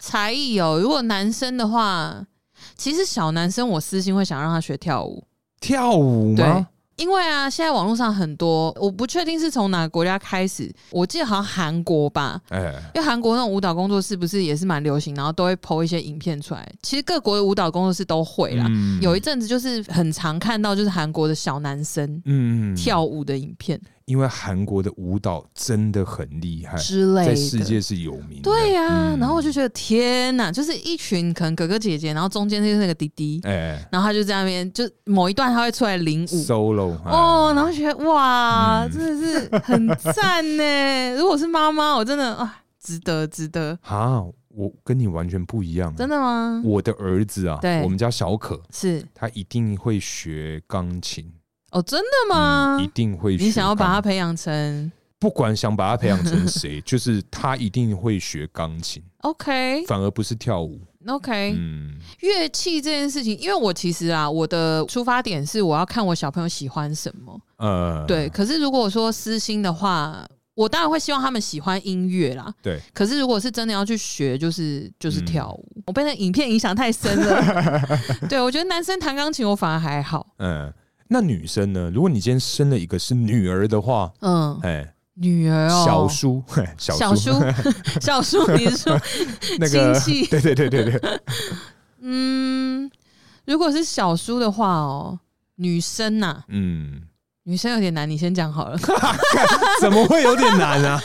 才艺哦，如果男生的话，其实小男生我私心会想让他学跳舞，跳舞吗？因为啊，现在网络上很多，我不确定是从哪个国家开始，我记得好像韩国吧，哎，因为韩国那种舞蹈工作室不是也是蛮流行，然后都会 PO 一些影片出来。其实各国的舞蹈工作室都会啦，嗯有一阵子就是很常看到就是韩国的小男生嗯，跳舞的影片因为韩国的舞蹈真的很厉害，之类的。在世界是有名的。对啊呀、嗯然后我就觉得天哪，就是一群可能哥哥姐姐，然后中间就是那个弟弟，哎然后他就在那边，就某一段他会出来领舞。 ，solo 哎嗯哦，然后觉得哇，嗯真的是很赞呢！如果是妈妈，我真的啊，值得，值得，啊，我跟你完全不一样。啊真的吗？我的儿子啊，嗯对我们家小可，是他一定会学钢琴，哦，真的吗？嗯一定会学。你想要把他，培养成不管想把他培养成谁，就是他一定会学钢 琴， OK 反而不是跳舞。 OK、嗯，乐器这件事情，因为我其实啊，我的出发点是我要看我小朋友喜欢什么。呃，对，可是如果说私心的话，我当然会希望他们喜欢音乐啦。对，可是如果是真的要去学，就是就是嗯跳舞。我被那影片影响太深了。 对，我觉得男生弹钢琴我反而还好。嗯，那女生呢？如果你今天生了一个是女儿的话，嗯，哎，女儿哦，小叔， 嘿小小叔，叔，小叔， 你是说 那个，亲戚 对对对对对，嗯，如果是小叔的话哦，女生呐、嗯，女生有点难，你先讲 好了。怎么会有点难 啊？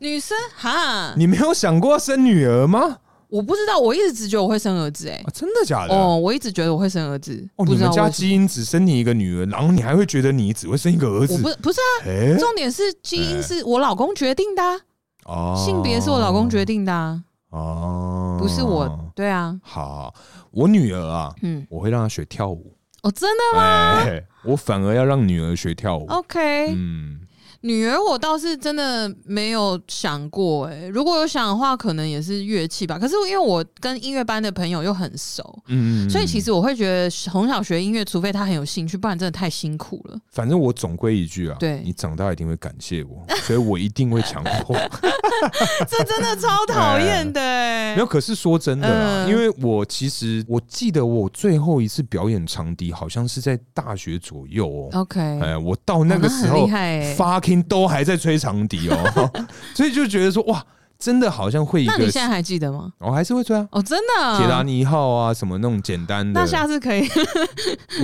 女生哈，你没有想过生女儿吗？我不知道，我一直只觉得我会生儿子哎、啊真的假的？哦，我一直觉得我会生儿子，哦，不你知道们家为什么基因只生你一个女儿，然后你还会觉得你只会生一个儿我子？不不是啊，哎，重点是基因哎是我老公决定的、啊，哦性别是我老公决定的、啊，哦，不是我。对啊，好，我女儿啊，嗯，我会让她学跳舞。哦，真的哎，我反而要让女儿学跳舞。 OK，、嗯，女儿我倒是真的没有想过哎、如果有想的话，可能也是乐器吧。可是因为我跟音乐班的朋友又很熟，嗯嗯所以其实我会觉得从小学音乐，除非他很有兴趣，不然真的太辛苦了。反正我总归一句啊，对你长大一定会感谢我，所以我一定会强迫。 这真的超讨厌的、欸。没有，可是说真的啦，嗯因为我其实我记得我最后一次表演长笛好像是在大学左右哦。 OK，、哎，我到那个时哦那很候厉害欸 fucking 都还在吹长笛哦， 所以就觉得说哇，真的好像会一那你个现，在还记得吗？我还是会吹啊，哦，真的啊，铁达尼号啊什么那种简单的那，下次可以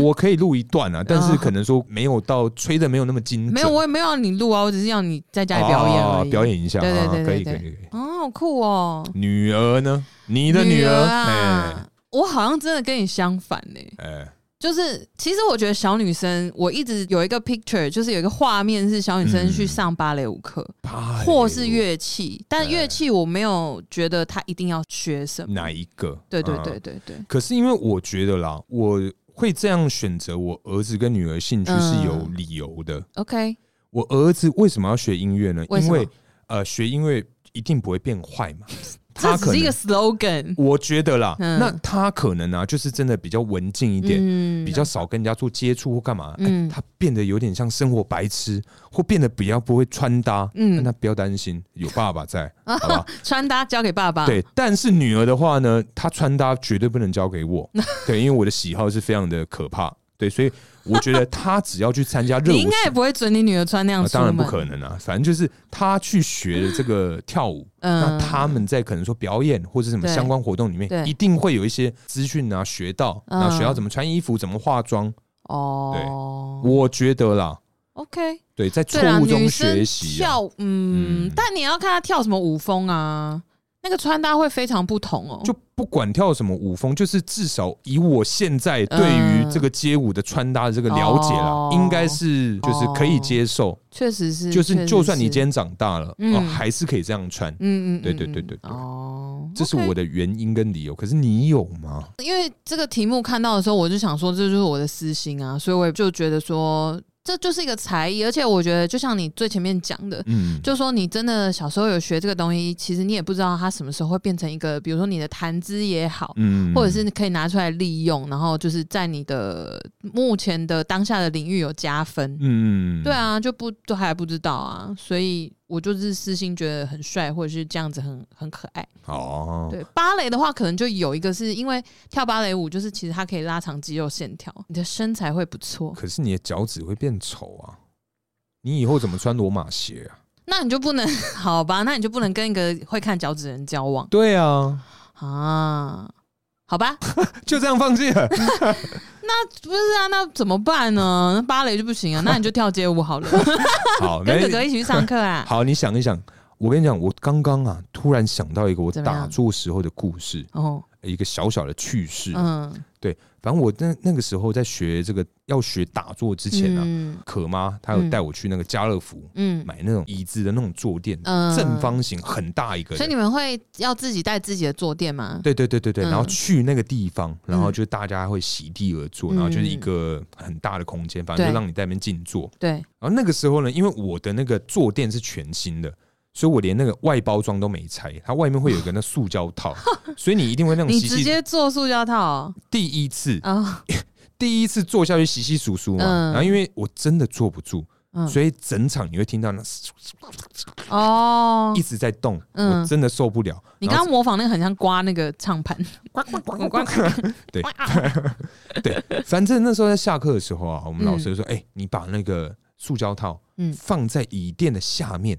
我可以录一段啊，但是哦可能说没有到吹的没有那么精准， 没有，我也没有要你录啊，我只是要你在家里表演而哦已。表演一下，对对啊对对可以可对以可以。哦，好酷哦！女儿呢？你的女女儿，啊，我好像真的跟你相反呢、哎哎，就是，其实我觉得小女生，我一直有一个 picture，就是有一个画面是小嗯女生去上芭蕾舞课，哎或是乐器，但哎乐器我没有觉得她一定要学什么。哪一个？对对嗯对。对对，可是因为我觉得啦，我会这样选择我儿子跟女儿兴趣是有嗯理由的。 OK，我儿子为什么要学音乐呢？为什因么为呃，学音乐一定不会变坏 嘛。这他只可是一个能， slogan。我觉得啦，嗯那他可能啊，就是真的比较文静一点。嗯比较少跟人家做接触或干嘛，哎嗯他变得有点像生活白痴，或变得比较不会穿搭。嗯嗯，那不要担心，有爸爸 在，好吧？穿搭交给爸爸。对，但是女儿的话呢，她穿搭绝对不能交给 我，对，因为我的喜好是非常的可怕，对，所以我觉得她只要去参加热你舞应该也社，不会准你女儿穿那样啊出当门。然不可能啊，反正就是她去学了这个跳舞，嗯那他们在可能说表演或者什么对相关活动里面对，一定会有一些资讯啊，学到，嗯那学到怎么穿衣服，怎么化妆，哦。我觉得啦， OK，对，在错对啦，误中女生学习啊、跳，嗯，嗯但你要看她跳什么舞风啊，那个穿搭会非常不同哦。就不管跳什么舞风，就是至少以我现在对于这个街舞的穿搭的这个了解啦，嗯应该是就是可以接受，确实是，就确是实就算你今天长大了，嗯哦，还是可以这样穿。嗯嗯，嗯对对嗯对对对哦，这是我 OK 的原因跟理由，可是你有吗？因为这个题目看到的时候，我就想说，这就是我的私心啊，所以我也就觉得说，这就是一个才艺，而且我觉得就像你最前面讲的，嗯， 就说你真的小时候有学这个东西，其实你也不知道它什么时候会变成一个，比如说你的谈资也好，嗯或者是你可以拿出来利用，然后就是在你的目前的当下的领域有加分。嗯，对，啊，就不都还不知道啊，所以我就是私心觉得很帅，或者是这样子很很可爱。哦，对芭蕾的话，可能就有一个是因为跳芭蕾舞，就是其实它可以拉长肌肉线条，你的身材会不错。可是你的脚趾会变丑啊！你以后怎么穿罗马鞋啊？那你就不能好吧？那你就不能跟一个会看脚趾的人交往 对啊，啊？好吧， 就这样放弃 了。那不是啊，那怎么办呢？那芭蕾就不行啊，那你就跳街舞 好了，好，跟没哥哥一起去上课啊。好，你想一想。我跟你讲，我刚刚啊，突然想到一个我怎么样打坐时候的故事，哦，一个小小的趣事。嗯，反正我那那个时候在学这个要学打坐之前啊，嗯可妈她有带我去那个家乐福、嗯买那种椅子的那种坐垫，嗯正方形很大一个的。所以你们会要自己带自己的坐垫吗？对对对对对，嗯然后去那个地方，然后就大家会席地而坐，然后就是一个很大的空间，反正就嗯对让你在那边静坐。对，然后那个时候呢，因为我的那个坐垫是全新的，所以我连那个外包装都没拆，它外面会有一个那塑胶 套，所以你一定会那种你洗直洗。接做塑胶套哦第一次，啊，第一次坐下去洗洗簌簌嘛，嗯然后因为我真的坐不住，嗯所以整场你会听到那哦一，直在动，嗯我真的受不了。你然刚后刚模仿那个很像刮那个唱盘，呱呱呱 对呱 反正那时候在下课的时候啊，我们嗯老师就说：“哎、你把那个塑胶套嗯放在椅垫的下面，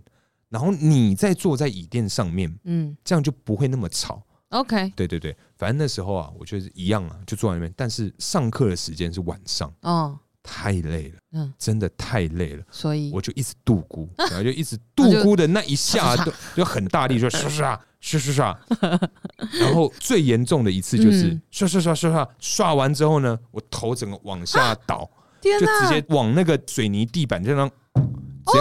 然后你再坐在椅垫上面，嗯这样就不会那么吵。” ，OK，对对对，反正那时候啊，我就是一样啊，就坐在那边。但是上课的时间是晚上，哦，太累了，嗯真的太累了。所以我就一直度孤，然后就一直度孤的那一下那都就很大力说刷刷刷刷刷， 然后最严重的一次就是嗯刷刷刷刷刷刷完之后呢，我头整个往下倒，天就直哪，接往那个水泥地板就那样直接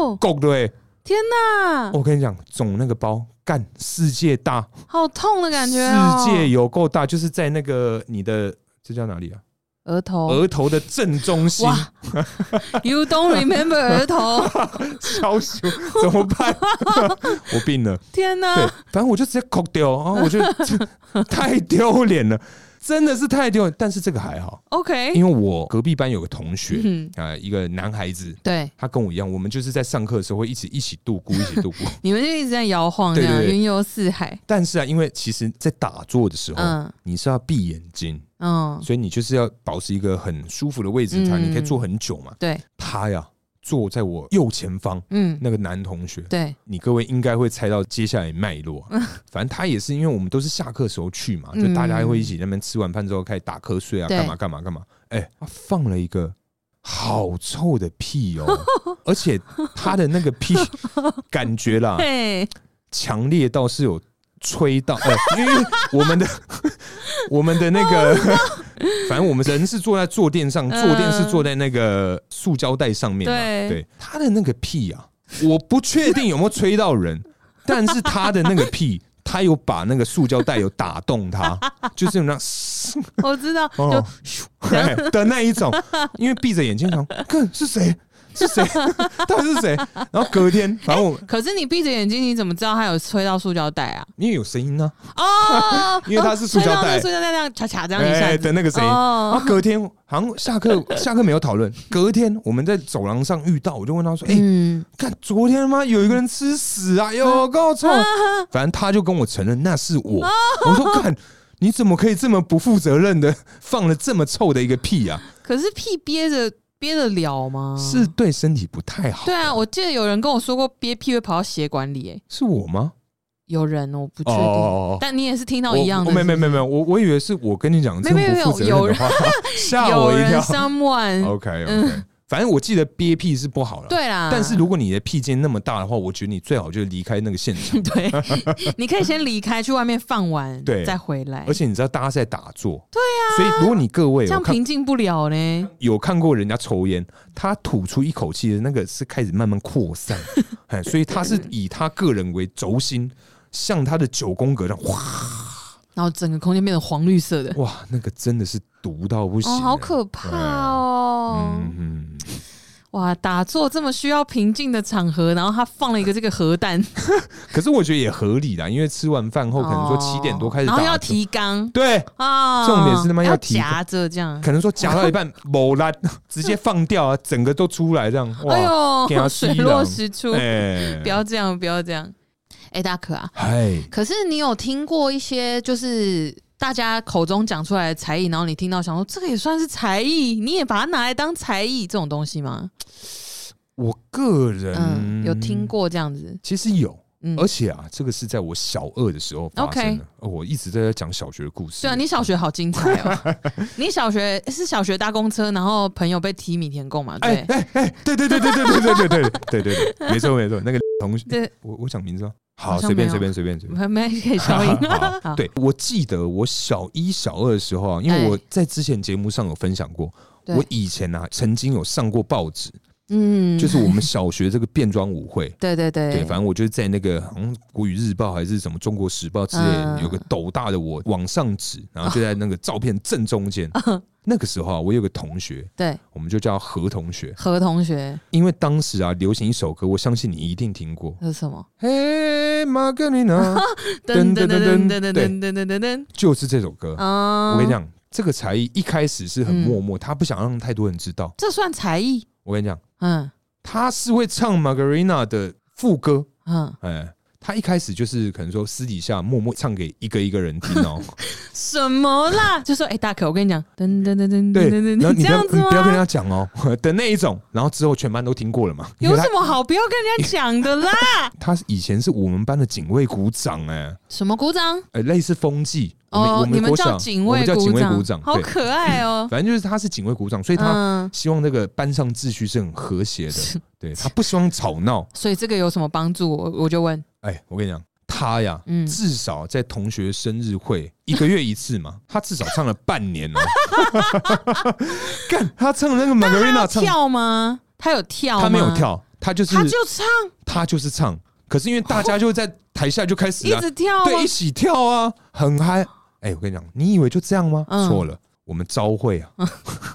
哦，够对。天哪，我跟你讲，肿那个包干世界大，好痛的感觉哦，世界有够大，就是在那个你的这叫哪里啊？额头额头的正中心，哦哇 ，You don't remember 额头， 消暑怎么办？ 我病 了。天对哪，，反正我就直接扣丢啊，我就 太丢脸了，真的是太丢脸。但是这个还好， ，OK，因为我隔壁班有个同学嗯，啊、呃一个男孩子，对，他跟我一样，我们就是在上课的时候会一起一起度孤，一起度 孤。你们就一直在摇晃，这样对对对云游四海，但是啊，因为其实，在打坐的时候，嗯你是要闭眼睛，嗯，所以你就是要保持一个很舒服的位置，才、嗯你可以坐很久嘛。对，他呀，坐在我右前方。嗯，那个男同学，对，你各位应该会猜到接下来脉络啊、反正他也是，因为我们都是下课时候去嘛，就嗯大家会一起在那边吃完饭之后开始打瞌睡啊，对干嘛干嘛干嘛。哎、他放了一个好臭的屁 哦，而且他的那个屁感觉啦，嘿，强烈到是有吹到，呃， 因为我们 的我们的那个， 反正我们人是坐在坐垫上，Oh 嗯坐垫是坐在那个塑胶带上面嘛。对对，他的那个屁啊，我不确定有没有吹到 人，但是他的那个屁。他有把那个塑胶带有打动 他，就是有那嘶我知道，哦就哎的那一种，因为闭着眼睛想，看是谁是 谁，到底是谁？然后隔天，反正我可是你闭着眼睛，你怎么知道它有吹到塑胶袋啊？因为有声音呢、，哦因为它是塑胶袋哦吹到那塑胶袋这样卡卡这样一哎下子的那个声音，然哦啊后隔天好像下 课下课没有讨论，隔天我们在走廊上遇到，我就问他说：“哎、嗯，看昨天吗？有一个人吃屎啊，有够 臭！”反正他就跟我承认那是我。我说：“看你怎么可以这么不负责任的放了这么臭的一个屁啊？可是屁憋着憋得了吗？是，对身体不太好。对啊，我记得有人跟我说过，憋屁会跑到血管里，哎，是我吗？有人我不确哦哦定，哦哦。”但你也是听到我一样的，我没没没没，我我以为是我跟你讲这么没有没有不负责任的话，吓有我一人嗯跳。 someone， OK OK，反正我记得憋屁是不好了，对啦，。但是如果你的屁劲那么大的话，我觉得你最好就离开那个现场 对，你可以先离开，去外面放完， 对再回来，而且你知道大家是在打坐，对啊，所以如果你各位这有样看平静不了呢。有看过人家抽烟，他吐出一口气的那个是开始慢慢扩 散，哎，所以他是以他个人为轴心，像他的九宫格这样， 哇然后整个空间变成黄绿色的，哇，那个真的是毒到不行、啊哦嗯哦，好可怕哦！嗯嗯，哇，打坐这么需要平静的场合，然后他放了一个这个核弹，可是我觉得也合理啦，因为吃完饭后可能说哦七点多开始打坐，然后要提纲对，啊，重点是他妈要要提纲夹着这样，可能说夹到一半 某啦，直接放掉啊，整个都出来这样，哎哇，给 他呦，吸水了落石出，哎不，要这样，不要这样。哎、大可啊，嗨，可是你有听过一些就是大家口中讲出来的才艺，然后你听到想说这个也算是才艺，你也把它拿来当才艺这种东西吗？我个人、嗯，有听，过这样子，其实有，嗯而，且啊，这个是在我小二的时候发生 OK 的。哦我一直在讲小学的故事。对啊，你小学好精彩哦， 你小学是小学搭公车，然后朋友被踢米田共嘛，对哎不对。哎哎，对对对对对对对对对对对 对，没错没错，那个同学，对，我我讲名字吗？好好，像随便没有随便随便随便。没没可以消音好。好对，我记得我小一、小二的时候啊，因为哎我在之前节目上有分享过，对我以前啊曾经有上过报纸， 嗯，就是我们小学这个变装舞会，对对对对，反正我就是在那个好像《国语日报》还是什么《中国时报》之类的，嗯有个斗大的我往上指，然后就在那个照片正中间。嗯 那个时候啊，我有个同学，对我们就叫何同学，何同学因为当时啊流行一首歌，我相信你一定听过。这是什么？嘿，玛格丽 娜，噔噔噔噔噔对噔噔噔噔噔就是这首歌。啊！我跟你，讲，这个才艺一开始是嗯很默默，他不想让太多人知道。这算才艺？我跟你讲，嗯他是会唱玛格丽娜的副歌，嗯，哎，他一开始就是可能说私底下默默唱给一个一个人听 哦，什么啦？就说哎，大可，我跟你讲，噔噔噔噔对噔，噔然后噔，你不这要样你子啊吗不要？跟人家讲哦 的那一种，然后之后全班都听过了嘛，因有为他什么好不要跟人家讲的啦？他以前是我们班的警卫股长哎，什么鼓掌？呃类似风纪，我们我哦，你们国叫小警我卫们叫警卫鼓股长，好对，可爱哦。反正就是他是警卫股长，所以他嗯，希望那个班上秩序是很和谐的是，对他不希望吵闹。嗯所以这个有什么帮助？我我就问，哎，我跟你讲。他呀，嗯至少在同学生日会一个月一次嘛， 他至少唱了半年 哦。干，他唱的那个 Margarina 唱，跳吗？他有跳吗？他没有，跳，他就是他就唱，他就是唱。可是因为大家就在台下就开始一啊，直跳吗对，一？起跳啊，很嗨。哎，我跟你讲，你以为就这样吗？嗯错了，我们招会啊，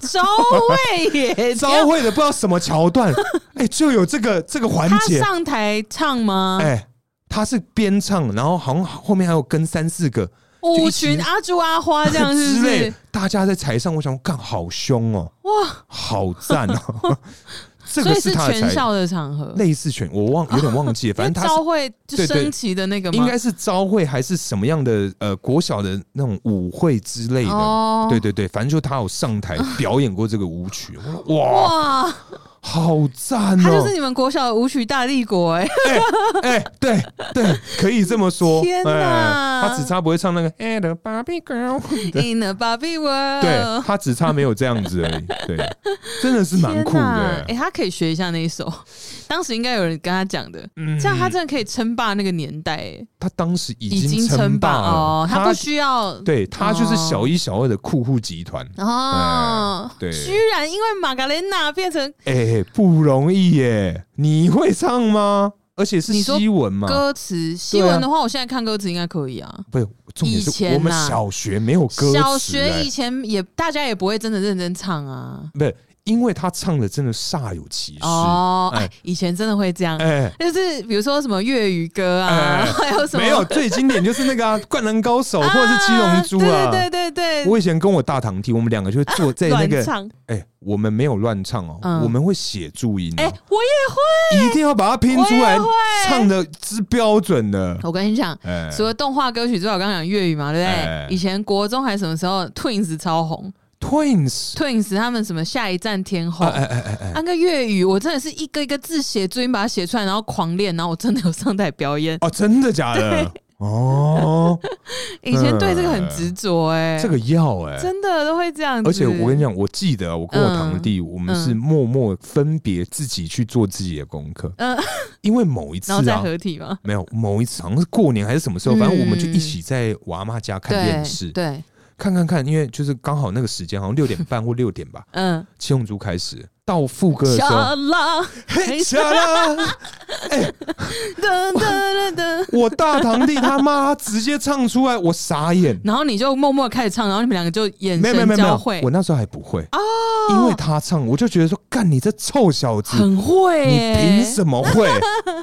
周慧也招会的不知道什么桥 段，哎，就有这个这个环他节，上台唱吗？哎，他是边唱，然后好像后面还有跟三四个。就舞一起群阿朱阿花这 样是之不类是？，大家在台上，我想干好凶哦，哇，好赞 哦，这所个以是他的全才校的场合，类似全，我忘有点忘记了，反正 他是招会就对对升旗的那个吗？应该是招会还是什么样的呃国小的那种舞会之类的。哦，对对对，反正就他有上台表演过这个舞 曲，我说哇，哇，好赞他就哦是！ 你们国小的舞曲大帝国哎、 哎，对对，可以这么说。天哪哎他只差不会唱那个《哎 h e Barbie Girl》， In a Barbie World，对他只差没有这样子而已。对，真的是蛮酷天哪的哎、。他可以学一下那一首，当时应该有人跟他讲的，嗯这样他真的可以称霸那个年代、哎他当时已已经经称称霸了，哦，他不需要对他就是哦小一、小二的酷户集团，哦哎，对居然因为玛格丽娜变成哎、不容易耶！你会唱吗？而且是你说西文嘛？歌词，西文的话，我现在看歌词应该可以啊。不是，重点以是前啊我们小学没有歌词、小学哎以前也大家也不会真的认真唱啊。不是，因为他唱的真的煞有其事。哦，哎哎，以前真的会这样，哎、就是比如说什么粤语歌啊，哎 还有什么没有，最经典就是那个、 啊《灌篮高手》或者是《七龙珠》啊。对对对对，我以前跟我大堂弟，我们两个就会坐在那乱个，唱。哎、我们没有乱唱哦，嗯我们会写注音、哦。哎，我也会。一定要把它拼出来我也会，唱的是标准的。 我跟你讲，哎除了动画歌曲之外，我刚刚讲粤语嘛，对不哎对？以前国中还是什么时候，Twins 超红 Twins， ，Twins 他们什么下一站天后，哎哎哎哎，按个粤语，我真的是一个一个字写注音把它写出来，然后狂练，然后我真的有上台表演。哦，真的假的？ 哦，以前对这个很执着哎，这个要哎。真的都会这样子。而且我跟你讲，讲，我记得啊我跟我堂弟，我们嗯是默默分别自己去做自己的功课，嗯，因为某一次然后再啊，合体嘛，没有某一次好像是过年还是什么时候，反正我们就嗯一起在我阿妈家看对电视，对，看看看，因为就是刚好那个时间，好像六点半或六点吧，嗯，七龙珠开始到副歌的时候，小狼，嘿，下啦，噔噔噔噔，我大堂弟他妈直接唱出来，我傻 眼。然后你就默默地开始唱，然后你们两个就眼没有没有神没有没交有汇，我那时候还不会哦，因为他唱，我就觉得说，干你这臭小子，很会你耶，凭什么 会？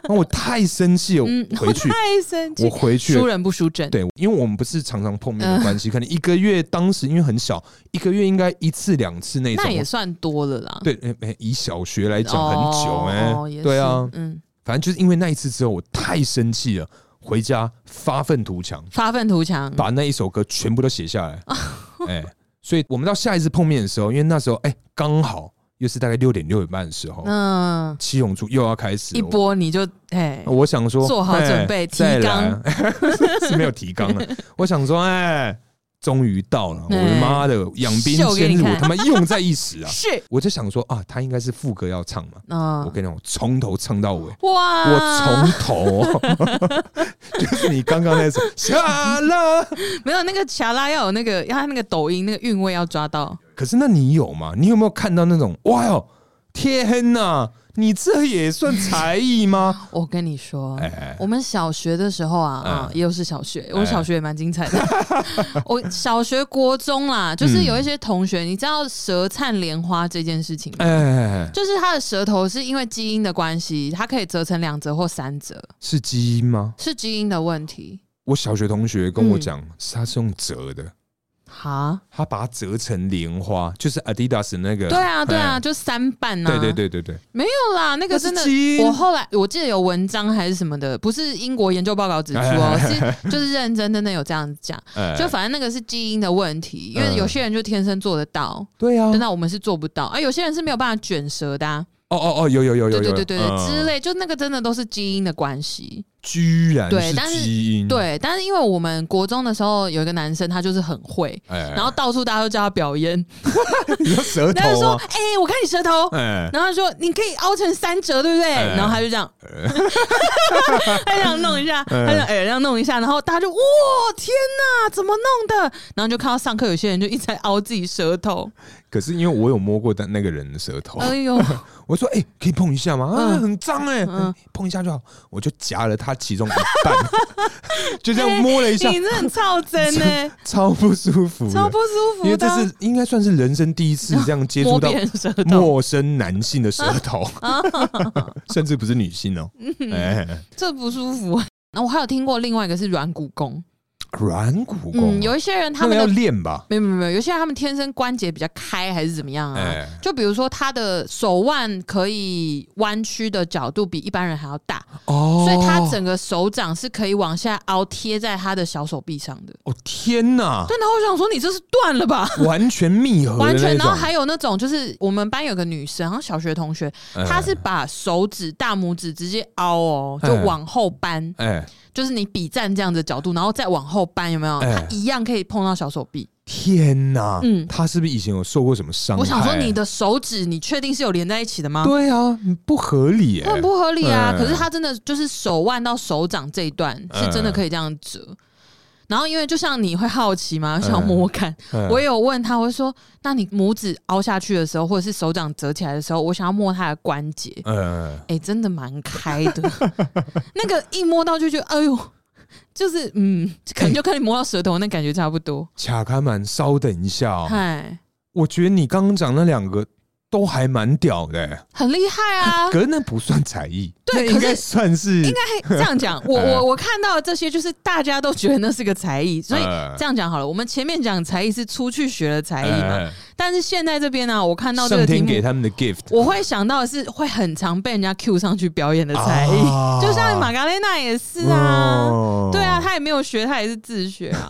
那我太生气了，嗯我回 去太生我气，回去了输嗯人不输阵，对，因为我们不是常常碰面的关系，可能一个月当时因为很小，一个月应该一次两次那种。那也算多了啦。对，诶诶以小学来讲很久哦哎、哦也对啊是，嗯，反正就是因为那一次之后，我太生气了，回家发愤图强，发愤图强，把那一首歌全部都写下来。 哎、所以我们到下一次碰面的时候，因为那时候哎刚、好又是大概六点六点半的时候，嗯，七龙珠又要开始一了。波你就哎，我想说，做好准备哎提纲，再来 是没有提纲了。我想说，哎，终于到了，我哎的妈的，养兵秀给千你日，看我他妈用在一时啊！ 是，我就想说啊，他应该是副歌要唱嘛，我嗯，啊跟你讲，我从头唱到尾，哇，我从头哦， 就是你刚刚那首下啦。没有那个卡拉要有那个，要他那个抖音那个韵味要抓到，可是那你有吗？你有没有看到那种哇哟，天呐，你这也算才艺 吗？我跟你说，哎，我们小学的时候啊，嗯啊，也有是小学，哎我小学也蛮精彩的。 我小学、国中啦，嗯就是有一些同学，你知道舌灿莲花这件事情吗？哎，就是他的舌头是因为基因的关系，它可以折成两折或三折，是基因吗？是基因的问题。我小学同学跟我讲，是他是用折的，哈，他把它折成莲花，就是 Adidas 的那个。对啊，对啊，哎，就就三瓣呐、对对，对对对，没有啦，那个那是真的基，因我后来我记得有文章还是什么的，不是英国研究报告指出哦、是就是认真真的有这样子讲，哎嗯就反正那个是基因的问题，因为有些人就天生做得到，对啊真，的我们是做不到，而有些人是没有办法卷舌的、啊，哦哦哦，有有有有对有，对对对对，嗯之，类，就那个真的都是基因的关系。居然对但是基因，，对，但是因为我们国中的时候有一个男生，他就是很会，哎，然后到处大家都叫他表演，你说舌大家 就头说啊，：“哎、我看你 舌头。”哎，然后他说：“你可以凹成三折，对不对？”哎然后他就这样， 他就这样弄一下，他就哎、这样弄一下，然后大家就哇天哪，怎么弄的？然后就看到上课有些人就一直在凹自己舌头，可是因为我有摸过但那个人的舌头，哎 呦，我说哎，可以碰一下吗？啊，嗯很脏哎嗯，碰一下就好，我就夹了他其中一半， 就这样摸了一下，哎你这很超 真呢、超不舒服的，超不舒服的啊，因为这是应该算是人生第一次这样接触摸到别人舌头，啊陌生男性的舌 头，甚至不是女性哦。嗯哎，这不舒服。 那我还有听过另外一个是软骨功，软骨功啊嗯，，有一些人他那个们要的练吧？没有没有没有，有些人他们天生关节比较开还是怎么样啊？哎就比如说他的手腕可以弯曲的角度比一般人还要大，哦所以他整个手掌是可以往下凹贴在他的小手臂上的。哦天哪，对，然后我想说你这是断了吧？完全密合的完全，那然后种还有那种，就是我们班有个女生，然后小学同学，哎她是把手指大拇指直接凹哦，就哎往后扳，哎就是你比站这样的角度，然后再往后扳，有没有？哎它一样可以碰到小手臂。天哪，嗯他是不是以前有受过什么伤害？我想说，你的手指，你确定是有连在一起的吗？对啊，不合理耶，很不合理啊！哎可是他真的就是手腕到手掌这一段哎是真的可以这样折。然后因为就像你会好奇嗯嘛，想要摸摸看，哎我也有问他，我就说：“那你拇指凹下去的时候，或者是手掌折起来的时候，我想要摸他的关节，呃，哎、真的蛮开的。 那个一摸到就觉得，哎呦，就是嗯，可哎能就跟你摸到舌头那感觉差不多。卡卡曼，稍等一下哦，嗨，我觉得你刚刚讲那两个都还蛮屌的耶，很厉害啊！可是那不算才艺，对那应可该哎是算是应嘿这样讲， 我我我看到的这些，就是大家都觉得那是个才艺，所以哎这样讲好了。我们前面讲才艺是出去学的才艺嘛，哎但是现在这边呢、我看到这嗯上个题天给目，他们的 gift，我会想到的是会很常被人家 Q 上去表演的才艺，啊哦就像玛格丽娜也是啊，对啊，，她也没有学，她也是自学 啊。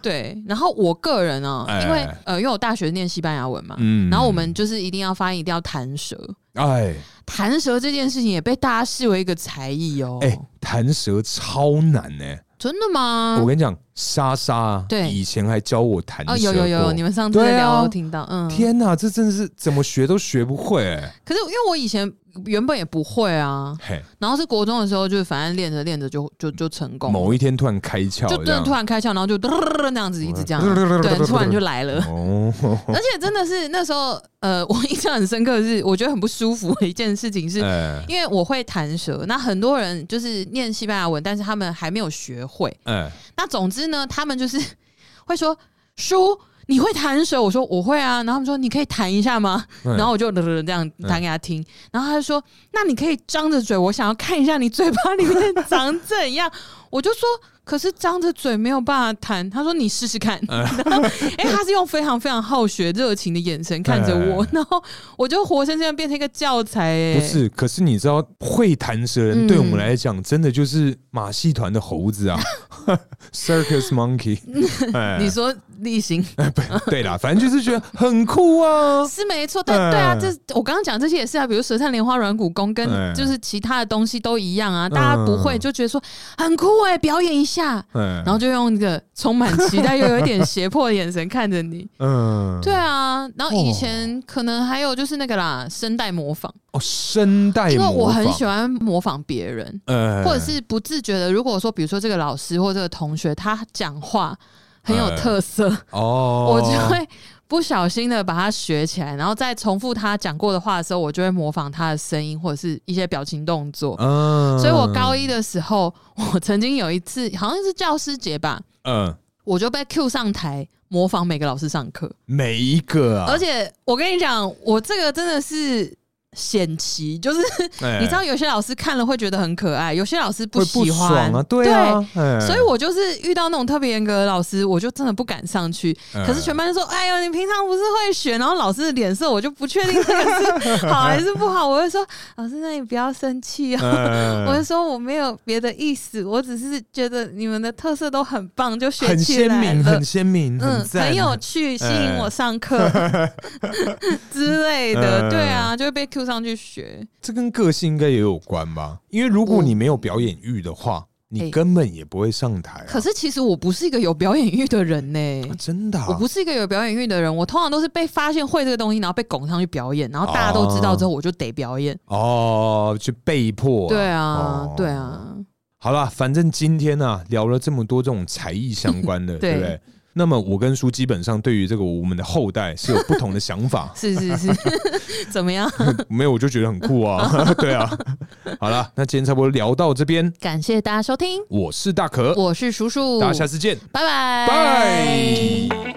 对，然后我个人呢、哎因为呃，因为我大学念西班牙文嘛，嗯然后我们就是一定要发音，一定要弹舌，哎弹舌这件事情也被大家视为一个才艺哦。哎，弹舌超难呢，真的吗？我跟你讲，莎莎啊嗯对以前还教我弹舌哦，有有有，过你们上次在对聊，啊我听到，嗯，天哪，这真的是怎么学都学不会耶，可是因为我以前原本也不会啊，嘿，然后是国中的时候，就是反正练着练着就就就成功了，某一天突然开窍，就突这然样突然开窍，然后就那样子一直这 样，嗯对，突然就来了。 哦，而且真的是那时候，呃，我印象很深刻的是，我觉得很不舒服的一件事情是，哎因为我会弹舌，那很多人就是念西班牙啊文，但是他们还没有学会。哎，那总之呢，他们就是会说叔。你会弹舌？我说我会啊，然后他们说你可以弹一下吗？嗯然后我就这样弹给他听，然后他就说那你可以张着嘴，我想要看一下你嘴巴里面长怎样。 我就说可是张着嘴没有办法弹，他说你试试看。嗯然后哎、他是用非常非常好学、热情的眼神看着我嗯，然后我就活生生地变成一个教材、哎，不是，可是你知道会弹舌的人嗯对我们来讲，真的就是马戏团的猴子啊 ，circus monkey。哎 你说例行对啦，反正就是觉得很酷啊。 是没错，但对啊，嗯这我刚刚讲这些也是啊，比如舌灿莲花软骨功嗯跟就是其他的东西都一样啊，大家不会就觉得说很酷哎、表演一下，嗯然后就用一个充满期待又有一点胁迫的眼神看着你。 嗯，对啊，然后以前可能还有就是那个啦，声带模仿，哦，声带因为我很模喜欢模仿别人，仿，呃或者是不自觉的，如果说比如说这个老师或这个同学他讲话很有特色，哎哦，我就会不小心的把它学起来，然后再重复他讲过的话的时候，我就会模仿他的声音或者是一些表情动作。嗯所以我高一的时候，我曾经有一次好像是教师节吧，嗯我就被 Q 上台模仿每个老师上课，每一个啊，而且我跟你讲，我这个真的是。险棋就是哎 你知道，有些老师看了会觉得很可爱，有些老师会不喜欢爽啊，对啊，哎所以我就是遇到那种特别严格的老师，我就真的不敢上去。嗯可是全班就说：“哎呦，你平常不是会选？”然后老师的脸色我就不确定这个是 哎好还是不好。我会说：“老师，那你不要生气哦。嗯我就 说：“我没有别的意思，我只是觉得你们的特色都很棒，就学很起鲜来明，了很。”鲜明，嗯，赞很有趣，吸引我上课 之类的，嗯对啊，就会被 Q 上去学。这跟个性应该也有关吧？因为如果你没有表演欲的话，你嗯哎根本也不会上台、啊。可是其实我不是一个有表演欲的人呢、啊真的、啊，我不是一个有表演欲的人，我通常都是被发现会这个东西，然后被拱上去表演，然后大家都知道之后，我就得表演。哦，去被迫、对啊哦，对。啊，好啦，反正今天呢、啊、聊了这么多这种才艺 相关的，对对不对？那么我跟叔基本上对于这个我们的后代是有不同的想 ，法是是是，怎么样？没有我就觉得很酷 啊，对啊。好啦，那今天差不多聊到这边，感谢大家收听，我是大可，我是叔叔，大家下次见，拜拜拜。